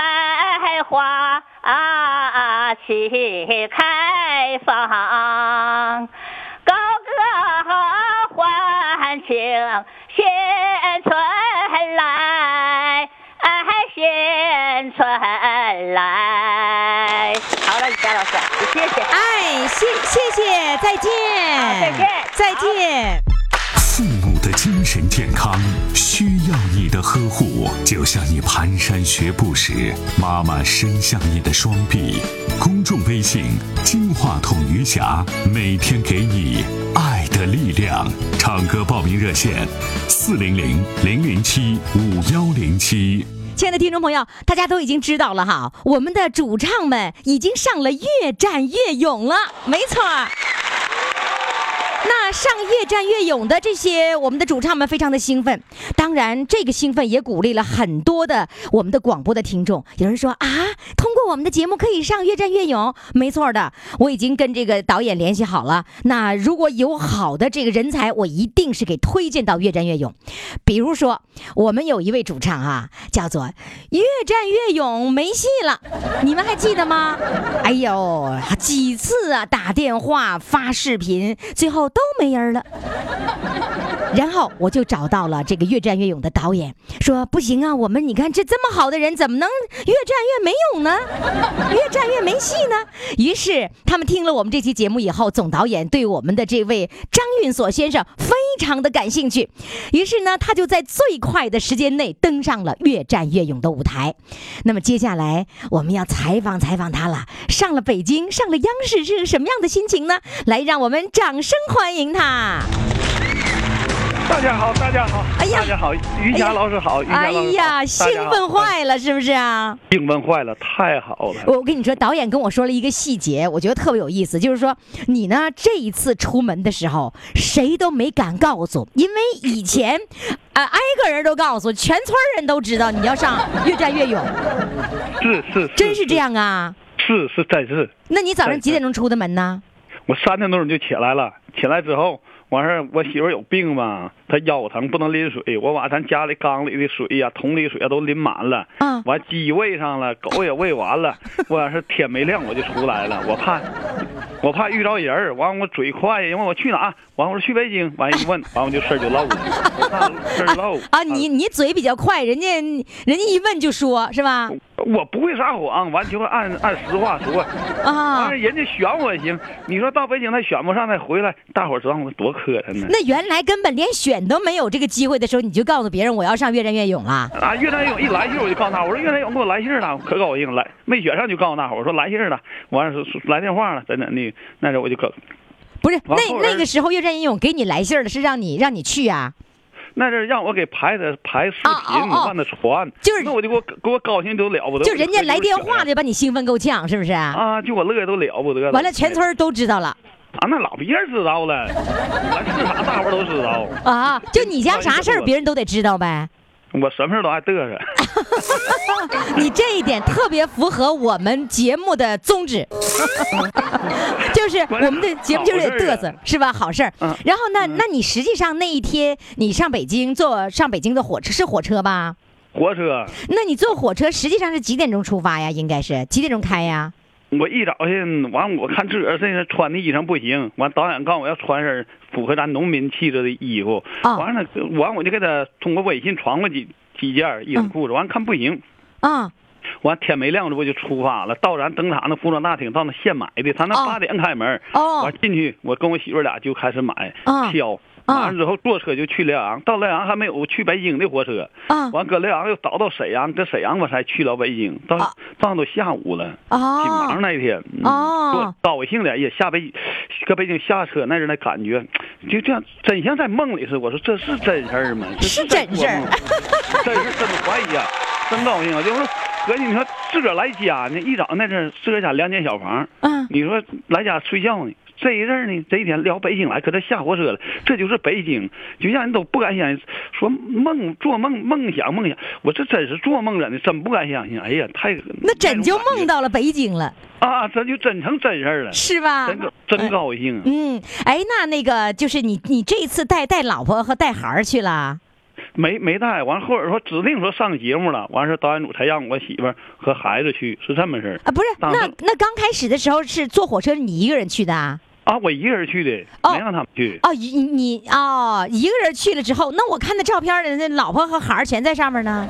Speaker 9: 花啊齐开放，高歌欢庆新春来，哎新春来。好了，于佳老师，谢谢。
Speaker 1: 哎，谢谢谢，再见，
Speaker 9: 啊再见
Speaker 1: 再见。
Speaker 5: 父母的精神健康需要你的呵护，就像你蹒跚学步时，妈妈伸向你的双臂。公众微信“金话筒余霞”，每天给你爱的力量。唱歌报名热线：四零零零零七五幺零七。
Speaker 1: 亲爱的听众朋友，大家都已经知道了哈，我们的主唱们已经上了越战越勇了，没错儿。那上越战越勇的这些我们的主唱们非常的兴奋，当然这个兴奋也鼓励了很多的我们的广播的听众。有人说啊，通过我们的节目可以上越战越勇，没错的，我已经跟这个导演联系好了。那如果有好的这个人才，我一定是给推荐到越战越勇。比如说，我们有一位主唱啊，叫做越战越勇没戏了，你们还记得吗？哎呦，几次啊打电话发视频，最后都没人了。然后我就找到了这个《越战越勇》的导演，说不行啊，我们你看这这么好的人，怎么能越战越没勇呢？ (laughs) 越战越没戏呢？于是他们听了我们这期节目以后，总导演对我们的这位张运锁先生非常的感兴趣，于是呢，他就在最快的时间内登上了《越战越勇》的舞台。那么接下来我们要采访采访他了，上了北京，上了央视是个什么样的心情呢？来，让我们掌声欢迎他。
Speaker 10: 大家好，大家好，
Speaker 1: 哎呀
Speaker 10: 大家好，于霞老师好，于
Speaker 1: 哎
Speaker 10: 霞老师好，
Speaker 1: 呀，兴
Speaker 10: 大家好
Speaker 1: 奋，坏了，是不是啊？
Speaker 10: 兴奋坏了，太好了，
Speaker 1: 我我跟你说，导演跟我说了一个细节，我觉得特别有意思，就是说你呢这一次出门的时候，谁都没敢告诉，因为以前，啊、挨个人都告诉，全村人都知道你要上越战越勇，
Speaker 10: 是是，
Speaker 1: 真是这，样啊？
Speaker 10: 是是真是，
Speaker 1: 那你早上
Speaker 10: 是
Speaker 1: 几点钟出的门呢？
Speaker 10: 我三点多钟就起来了，起来之后。完事儿，我媳妇儿有病嘛，她腰疼，不能拎水。我把咱家里缸里的水呀、桶里水啊都拎满了。
Speaker 1: 啊
Speaker 10: 完鸡喂上了，狗也喂
Speaker 1: (laughs)
Speaker 10: 完了。我要是天没亮我就出来了，我怕，我怕遇着人儿。完我嘴快呀，因为我去哪儿？完我说去北京。完一问，完我就事儿就漏了，我怕事儿漏
Speaker 1: 啊，你你嘴比较快，人家人家一问就说，是吧？
Speaker 10: 我不会撒谎，完就按按实话说。
Speaker 1: 啊
Speaker 10: 完，人家选我也行，你说到北京他选不上，他回来，大伙儿知道我多磕碜呢。
Speaker 1: 那原来根本连选都没有这个机会的时候，你就告诉别人我要上越战越勇了。
Speaker 10: 啊，越南勇一来信儿我就告诉他，我说越南勇给我来信儿了，我可高兴了。没选上就告诉大伙儿，我说来信儿了，完了说来电话了，等等的，那时候我就可，
Speaker 1: 不是，那
Speaker 10: 完后人
Speaker 1: 那个时候越战越勇给你来信儿了，是让你让你去啊？
Speaker 10: 那阵儿让我给排的排视
Speaker 1: 哦
Speaker 10: 频，
Speaker 1: 哦哦
Speaker 10: 我办的船，
Speaker 1: 就是
Speaker 10: 那我就给我给我高兴都了不得，
Speaker 1: 就人家来电话
Speaker 10: 的
Speaker 1: 就把你兴奋够呛，是不是？啊？
Speaker 10: 啊，就我乐都了不得了。
Speaker 1: 完了，全村儿都知道了
Speaker 10: 啊，那老别人知
Speaker 1: (laughs)
Speaker 10: 道了，完是啥大伙儿都知道， (laughs)
Speaker 1: 啊！就你家啥
Speaker 10: 哎
Speaker 1: 事儿，别人都得知道呗。
Speaker 10: 我什么事儿都爱嘚瑟。
Speaker 1: 啊你这一点特别符合我们节目的宗
Speaker 10: (laughs)
Speaker 1: 旨，就是我们的节目就是得嘚瑟，是吧？好事儿
Speaker 10: 啊嗯。
Speaker 1: 然后那那你实际上那一天你上北京坐上北京的火车是火车吧？
Speaker 10: 火车，
Speaker 1: 那你坐火车实际上是几点钟出发呀？应该是几点钟开呀？
Speaker 10: 我一早上完，我看自个儿这身穿的衣裳不行，完导演告诉我要穿身符合咱农民气质的衣服，
Speaker 1: 哦
Speaker 10: 完了，完我就给他通过微信传过几几件衣裳裤子，完看不行，
Speaker 1: 啊，
Speaker 10: 完天没亮这不就出发了，到咱灯塔那服装大厅，到那现买的，他那
Speaker 1: 哦
Speaker 10: 八点开门，
Speaker 1: 哦
Speaker 10: 完进去，我跟我媳妇儿俩就开始买
Speaker 1: 哦
Speaker 10: 挑，完了之后坐车就去辽阳，到辽阳还没有去北京的火车，
Speaker 1: 嗯
Speaker 10: 完搁辽阳又倒到沈阳，搁沈阳我才去了北京，到到都下午了，
Speaker 1: 哦
Speaker 10: 挺忙那一天，嗯
Speaker 1: 哦
Speaker 10: 我高兴的也下北，搁北京下车那人的感觉，就这样真像在梦里似的，我说这是真事儿吗？这
Speaker 1: 是
Speaker 10: 在
Speaker 1: 真事儿
Speaker 10: 做梦吗，真是真的怀疑啊，真高兴啊，就是合计你说自个儿来家呢，一早那阵儿自个儿家两间小房，
Speaker 1: 嗯，
Speaker 10: 你说来家睡觉呢。这一阵儿呢，这一天聊北京来，可这下火车了，这就是北京，就让人都不敢相信。说梦做梦梦想梦想，我这真是做梦了呢，真不敢相信。哎呀，太
Speaker 1: 那真就梦到了北京了，
Speaker 10: 啊，真就真成真事儿了，
Speaker 1: 是吧？
Speaker 10: 真高真高兴啊。
Speaker 1: 嗯，哎，那那个就是你，你这一次带带老婆和带孩儿去了，
Speaker 10: 没没带，完后边说指定说上节目了，完事儿导演组才让我媳妇儿和孩子去，是这么事儿
Speaker 1: 啊？不是，
Speaker 10: 当
Speaker 1: 那
Speaker 10: 时
Speaker 1: 那刚开始的时候是坐火车你一个人去的啊？
Speaker 10: 啊，我一个人去的，没让他们去。
Speaker 1: 哦，你你哦，一个人去了之后，那我看那照片儿的那老婆和孩儿全在上面呢。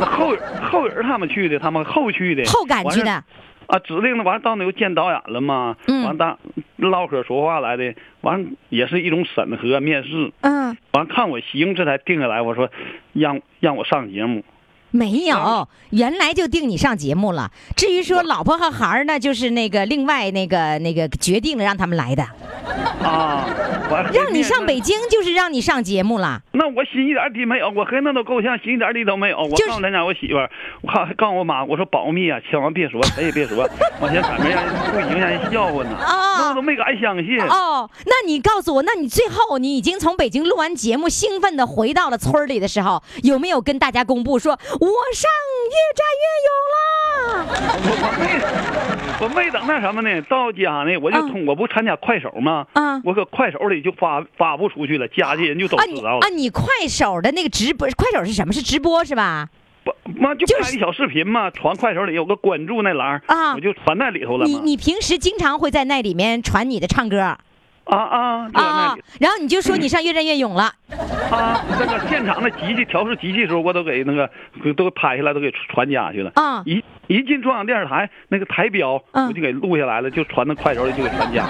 Speaker 10: 那后后人他们去的，他们后去的，
Speaker 1: 后赶去的
Speaker 10: 完事儿。啊，指定的完，到那又见导演了嘛？
Speaker 1: 嗯
Speaker 10: 完大唠嗑说话来的，完也是一种审核面试。
Speaker 1: 嗯，
Speaker 10: 完看我行，这才定下来。我说让让我上节目，
Speaker 1: 没有，原来就定你上节目了。至于说老婆和孩儿呢，就是那个另外那个那个决定了让他们来的，
Speaker 10: 啊，完了
Speaker 1: 让你上北京就是让你上节目了。
Speaker 10: 那我心一点底没有，我和那都够呛，心一点底都没有。我
Speaker 1: 就是
Speaker 10: 告诉咱家我媳妇儿，我告告诉我妈，我说保密啊，千万别说，谁也别说， (laughs) 往前赶明让人不行，让人笑话呢。那我都没敢相信。
Speaker 1: 哦，那你告诉我，那你最后你已经从北京录完节目，兴奋的回到了村儿里的时候，有没有跟大家公布说我上越战越勇啦？
Speaker 10: 我我没我没等那什么呢，到家呢，我就
Speaker 1: 嗯
Speaker 10: 通、我不参加快手吗？
Speaker 1: 啊
Speaker 10: 我搁快手里就发发布出去了，家里人就都
Speaker 1: 啊
Speaker 10: 知
Speaker 1: 你
Speaker 10: 道了。
Speaker 1: 啊你快手的那个直播，快手是什么？是直播是吧？啊
Speaker 10: 妈就拍个小视频嘛，传快手里有个关注那栏儿
Speaker 1: 啊
Speaker 10: 我就传那里头了
Speaker 1: 你
Speaker 10: 嘛。
Speaker 1: 你平时经常会在那里面传你的唱歌啊
Speaker 10: 啊啊，就在那
Speaker 1: 啊
Speaker 10: 里，
Speaker 1: 然后你就说你上越战越勇了。
Speaker 10: 啊， (laughs) 那个现场的机器调试机器的时候，我都给那个都给拍下来，都给传家去了。
Speaker 1: 啊
Speaker 10: 一一进中央电视台那个台标，我就给录下来了，就传到快手里就给传家。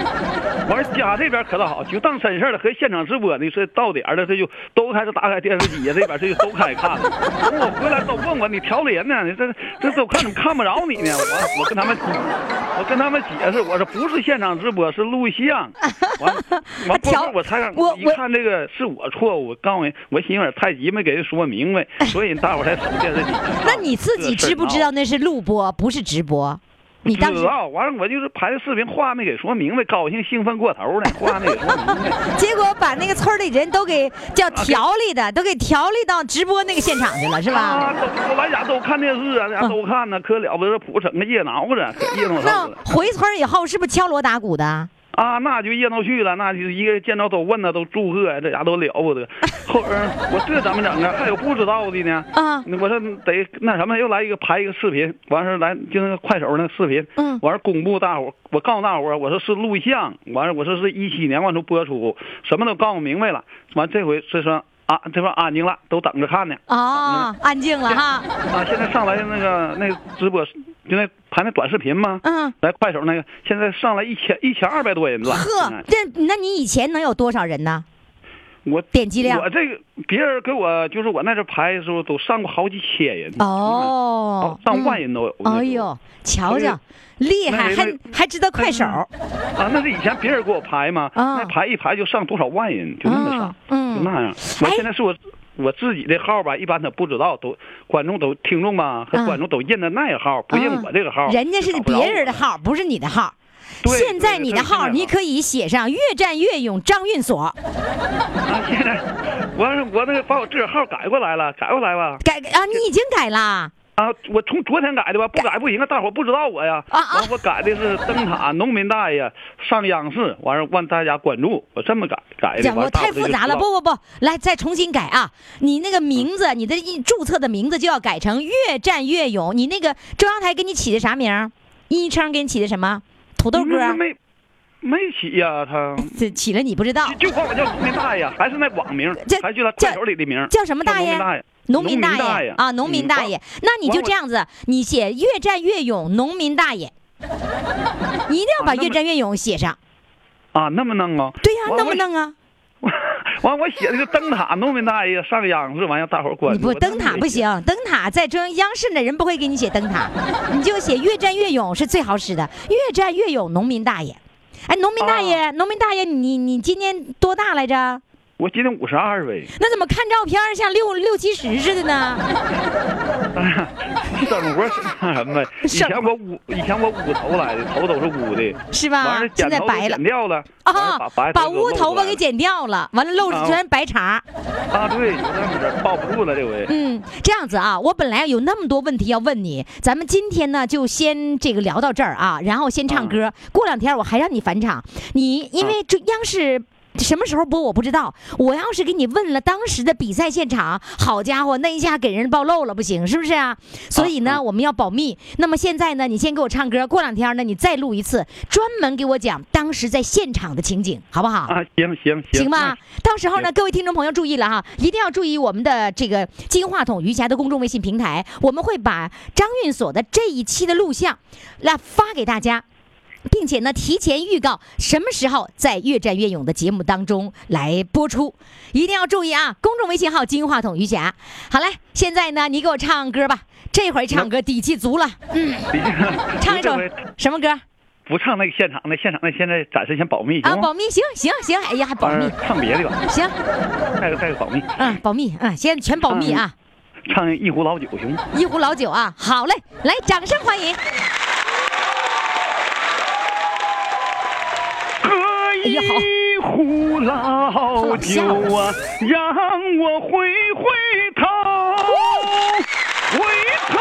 Speaker 10: 完事儿家这边可倒好，就当真事儿了，和现场直播呢，是到点儿了，这就都开始打开电视机，这边这就都开始看了。 (laughs) 我回来都问我你调了人呢，你这这都看怎么看不着你呢？我我跟他们我跟他们解释，我说不是现场直播，是录像。完 (laughs) 完过后我才让
Speaker 1: 我
Speaker 10: 一
Speaker 1: 我
Speaker 10: 看这个是我错误，告诉你我心有点太急没给人说明白，
Speaker 1: 哎
Speaker 10: 所以大伙儿才守电视机。
Speaker 1: 那你自己知不知道那是录播，不是直播？你当
Speaker 10: 知
Speaker 1: 时
Speaker 10: 道，完了我就是拍的视频，话没给说明白，高兴兴奋过头了，话没给
Speaker 1: (laughs)
Speaker 10: 说明白。
Speaker 1: 结果把那个村儿里人都给叫调理的，都给调理到直播那个现场去了，是吧？
Speaker 10: 啊，都都来家都看电视啊，家都看呢，可了不得，谱整个热闹的，可热闹透
Speaker 1: 嗯那
Speaker 10: 了。
Speaker 1: 回村儿以后是不是敲锣打鼓的？
Speaker 10: 啊，那就热闹去了，那就一个见着都问呐，都祝贺呀，这家都了
Speaker 1: (laughs)
Speaker 10: 不得。后边儿我这怎么整啊？还有不知道的呢。
Speaker 1: 啊
Speaker 10: 那我说得那什么，又来一个拍一个视频，完事儿来就那个快手那视频，
Speaker 1: 嗯
Speaker 10: 完事儿公布大伙儿，我告诉大伙儿，我说是录像，完事儿我说是一七年完出播出，什么都告诉明白了，完这回这算啊，这算安静了，都等着看呢。
Speaker 1: 哦，安静了哈。
Speaker 10: 嗯啊，现在上来那个那个直播，就那拍那短视频吗？
Speaker 1: 嗯，
Speaker 10: 来快手那个，现在上来一千一千二百多人了。现
Speaker 1: 呵
Speaker 10: 在，
Speaker 1: 这那你以前能有多少人呢？
Speaker 10: 我
Speaker 1: 点击量
Speaker 10: 我这个别人给我就是我那阵拍的时候，都上过好几千人，
Speaker 1: 哦
Speaker 10: 哦，上万人都有。
Speaker 1: 哎呦，瞧瞧，厉害，
Speaker 10: 那
Speaker 1: 还
Speaker 10: 那
Speaker 1: 还知道快手。
Speaker 10: 啊，那是以前别人给我排嘛，
Speaker 1: 啊
Speaker 10: 那排一排就上多少万人，就那么上，
Speaker 1: 嗯嗯
Speaker 10: 就那样。我现在是我我自己的号吧，一般他不知道，都观众都听众吧和
Speaker 1: 嗯
Speaker 10: 观众都认得那个号，不认我这个号。
Speaker 1: 人家是
Speaker 10: 找不着
Speaker 1: 别人
Speaker 10: 我
Speaker 1: 的号，不是你的号。
Speaker 10: 对
Speaker 1: 现在
Speaker 10: 对
Speaker 1: 你
Speaker 10: 对
Speaker 1: 的
Speaker 10: 现
Speaker 1: 号，
Speaker 10: 在
Speaker 1: 你
Speaker 10: 的
Speaker 1: 可以写上“越战越勇张运所
Speaker 10: 啊，现在我是我那个把我自个儿号改过来了，改过来吧”。。
Speaker 1: 改啊，你已经改啦。
Speaker 10: 啊，我从昨天改的吧，不改不行啊，大伙儿不知道我呀。
Speaker 1: 啊啊
Speaker 10: 完我改的是灯塔农民大爷上央视，完事让大家关注，我哎这么改改的。
Speaker 1: 讲
Speaker 10: 完
Speaker 1: 我
Speaker 10: 了大伙
Speaker 1: 太
Speaker 10: 儿就
Speaker 1: 复杂了，
Speaker 10: 知道
Speaker 1: 不不不，来再重新改啊！你那个名字，你的一注册的名字就要改成“越战越勇”。你那个中央台给你起的啥名儿？昵称给你起的什么？土豆哥
Speaker 10: 那
Speaker 1: 儿？
Speaker 10: 嗯没没起呀、他
Speaker 1: 这起了你哎不知道。
Speaker 10: 就管我叫农民大爷，还是那网名
Speaker 1: 这，
Speaker 10: 还就他
Speaker 1: 叫
Speaker 10: 快手里的名，
Speaker 1: 叫什么大
Speaker 10: 农
Speaker 1: 爷
Speaker 10: 民大爷？，嗯
Speaker 1: 农民
Speaker 10: 大
Speaker 1: 大爷啊，农民大爷。那你就这样子，你写越战越勇，农民大爷，你一定要把
Speaker 10: 啊那么
Speaker 1: 越战越勇写上。
Speaker 10: 啊，那么弄啊？
Speaker 1: 对呀
Speaker 10: 我，
Speaker 1: 弄不？弄啊？
Speaker 10: 我
Speaker 2: 完我写那个灯塔弄没那呀，上央视完让大伙儿关
Speaker 1: 你
Speaker 2: 注。
Speaker 1: 不
Speaker 2: 我当
Speaker 1: 灯
Speaker 2: 时
Speaker 1: 塔
Speaker 2: 也
Speaker 1: 不行，灯塔在中央央视的人不会给你写灯塔，你就写越战越勇是最好使的，越战越勇，农民大爷。哎，农民大
Speaker 2: 哦
Speaker 1: 爷，农民大爷，你你今年多大来着？
Speaker 2: 我今年五十二呗， (laughs)
Speaker 1: 那怎么看照片儿像六六七十似的呢？
Speaker 2: 整活是那什么呗。以前我五以前我五头来的，头都是乌的，
Speaker 1: 是吧
Speaker 2: 完了剪
Speaker 1: 现在
Speaker 2: 头
Speaker 1: 白
Speaker 2: 都
Speaker 1: 了
Speaker 2: 剪掉了，
Speaker 1: 啊、
Speaker 2: 把白
Speaker 1: 把
Speaker 2: 头给
Speaker 1: 乌
Speaker 2: 露
Speaker 1: 头
Speaker 2: 出来
Speaker 1: 发给剪掉了，完了露
Speaker 2: 啊
Speaker 1: 出全是白茬儿。
Speaker 2: 啊，对，就这么着，抱不住了这回。 (laughs)
Speaker 1: 嗯，这样子啊，我本来有那么多问题要问你，咱们今天呢就先这个聊到这儿啊，然后先唱歌，过两天我还让你返场，你因为这央视。什么时候播我不知道，我要是给你问了当时的比赛现场，好家伙，那一下给人暴露了，不行，是不是啊？所以呢，我们要保密。那么现在呢，你先给我唱歌，过两天呢，你再录一次，专门给我讲当时在现场的情景，好不好？
Speaker 2: 啊，行行行，
Speaker 1: 行吧？到时候呢，
Speaker 2: 行
Speaker 1: 各位听众朋友注意了哈，一定要注意我们的这个金话筒余霞的公众微信平台，我们会把张运所的这一期的录像来发给大家。并且呢，提前预告什么时候在《越战越勇》的节目当中来播出，一定要注意啊！公众微信号“金话筒余霞”。好嘞，现在呢，你给我唱歌
Speaker 2: (laughs)
Speaker 1: 吧，这回唱歌底气足了。嗯，
Speaker 2: 那
Speaker 1: 唱一首
Speaker 2: 这回
Speaker 1: 什么歌
Speaker 2: 不唱那个现场的，现场的现在暂时先保密，
Speaker 1: 啊？
Speaker 2: 行吗？
Speaker 1: 保密，行行行，哎呀，还保密
Speaker 2: 完，了唱别的吧，
Speaker 1: 行，
Speaker 2: 带个带个保密，
Speaker 1: 嗯，保密，嗯，现在全保密啊。
Speaker 2: 唱一壶老酒行吗？
Speaker 1: 一壶老酒啊，好嘞，来，掌声欢迎！
Speaker 2: 喝
Speaker 1: 哎呀，好，
Speaker 2: 一壶老酒啊，让我回回头，回头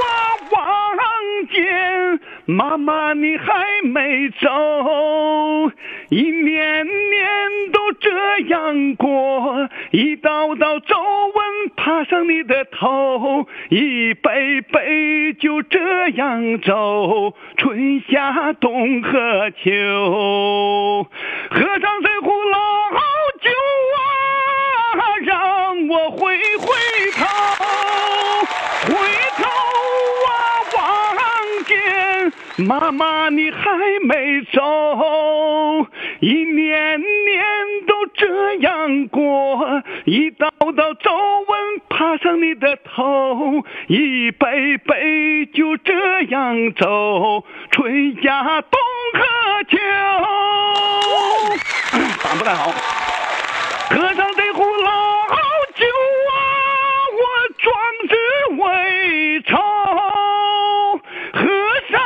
Speaker 2: 啊，望见妈妈你还没走，一年年都这样过，一道道皱纹爬上你的头，一杯杯就这样走，春夏冬和秋，喝上这壶老酒啊，让我回回头，回头啊，望见妈妈你还没走，一年年都这样过，一道道皱纹爬上你的头，一杯杯就这样走，春夏冬和秋。 (coughs) 嗓子太好。喝上这壶老酒啊，我壮志未酬。喝上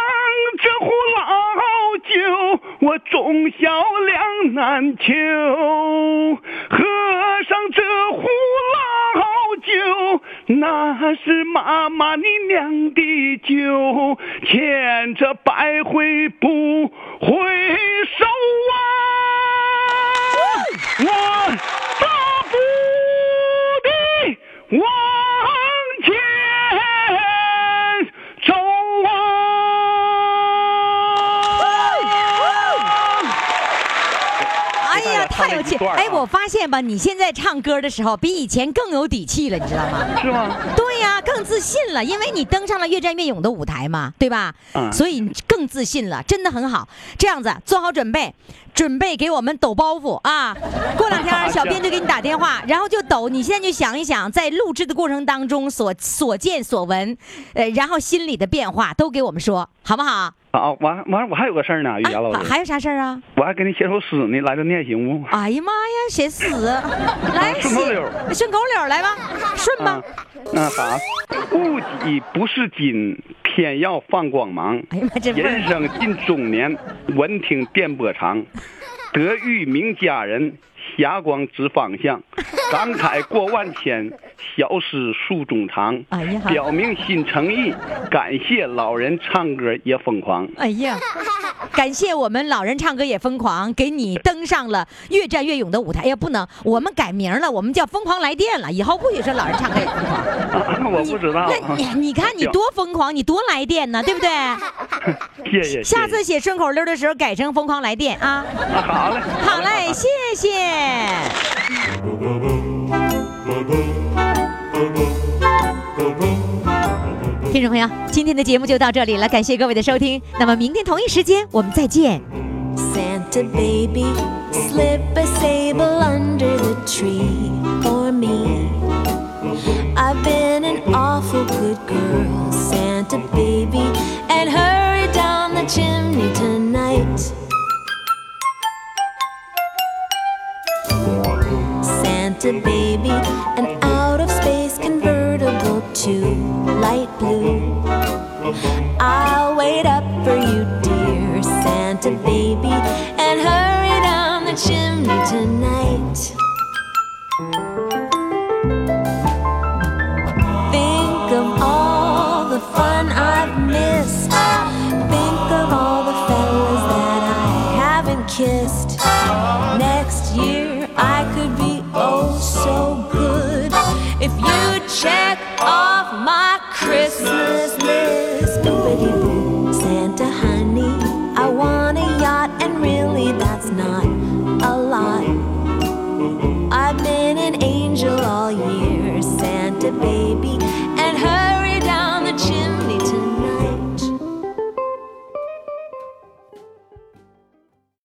Speaker 2: 这壶老酒，我忠孝两难求。喝上这壶老酒，那是妈妈你酿的酒，千折百回不回首啊。我大步地往前走啊！
Speaker 1: 哎呀，太有气！
Speaker 2: 给大家唱了一段啊
Speaker 1: 哎，我发现吧，你现在唱歌的时候比以前更有底气了，你知道吗？
Speaker 2: 是吗？
Speaker 1: 对呀、更自信了，因为你登上了越战越勇的舞台嘛，对吧？
Speaker 2: 嗯
Speaker 1: 所以你更自信了，真的很好。这样子，啊做好准备，准备给我们抖包袱啊！过两
Speaker 2: (laughs)
Speaker 1: 天小编就给你打电话，然后就抖。你现在就想一想，在录制的过程当中所所见所闻，呃，然后心里的变化都给我们说，好不好？
Speaker 2: 啊，完完，我还有个事儿呢，于霞老
Speaker 1: 啊
Speaker 2: 师，
Speaker 1: 还有啥事儿啊？
Speaker 2: 我还给你写首诗呢，来这念行不？
Speaker 1: 哎呀妈呀，写死！来
Speaker 2: (laughs) 顺口溜
Speaker 1: 写，
Speaker 2: 儿
Speaker 1: 顺口溜儿来吧，顺吧
Speaker 2: 啊。，那啥，物己不是金，偏要放光芒。
Speaker 1: 哎呀妈，这味
Speaker 2: 人
Speaker 1: 儿
Speaker 2: 生近中年，闻听电波长，得遇名佳人，霞光指方向，感慨过万千，小诗诉衷肠。
Speaker 1: 哎呀
Speaker 2: 表明新诚意，感谢老人唱歌也疯狂。 (laughs)
Speaker 1: 哎呀，感谢我们老人唱歌也疯狂，给你登上了越战越勇的舞台。哎呀，不能，我们改名了，我们叫疯狂来电了，以后不许说老人
Speaker 2: (laughs)
Speaker 1: 唱歌也疯狂。
Speaker 2: 我不知道，啊
Speaker 1: 那你你看你多疯狂，你多来电呢，对不对？
Speaker 2: 哎谢谢。
Speaker 1: 下次
Speaker 2: 谢谢
Speaker 1: 写顺口溜的时候改成疯狂来电啊。
Speaker 2: 哎啊好嘞，
Speaker 1: 好嘞，谢谢。听众朋友，今天的节目就到这里了，感谢各位的收听。那么明天同一时间我们再见。
Speaker 4: Santa baby, Slip a sable under the tree for me. I've been an awful good girl, Santa baby, and hurry down the chimney tonight. Santa baby, an out of space convertible to light blue. I'll wait up for you, dear Santa baby, and hurry down the chimney tonight. Think of all the fun I've missed. Think of all the fellas that I haven't kissed. Next year I could be oh so good if you check off my Christmas list. Boopity boo, Santa honey, I want a yacht, and really that's not a lot. I've been an angel all year, Santa baby,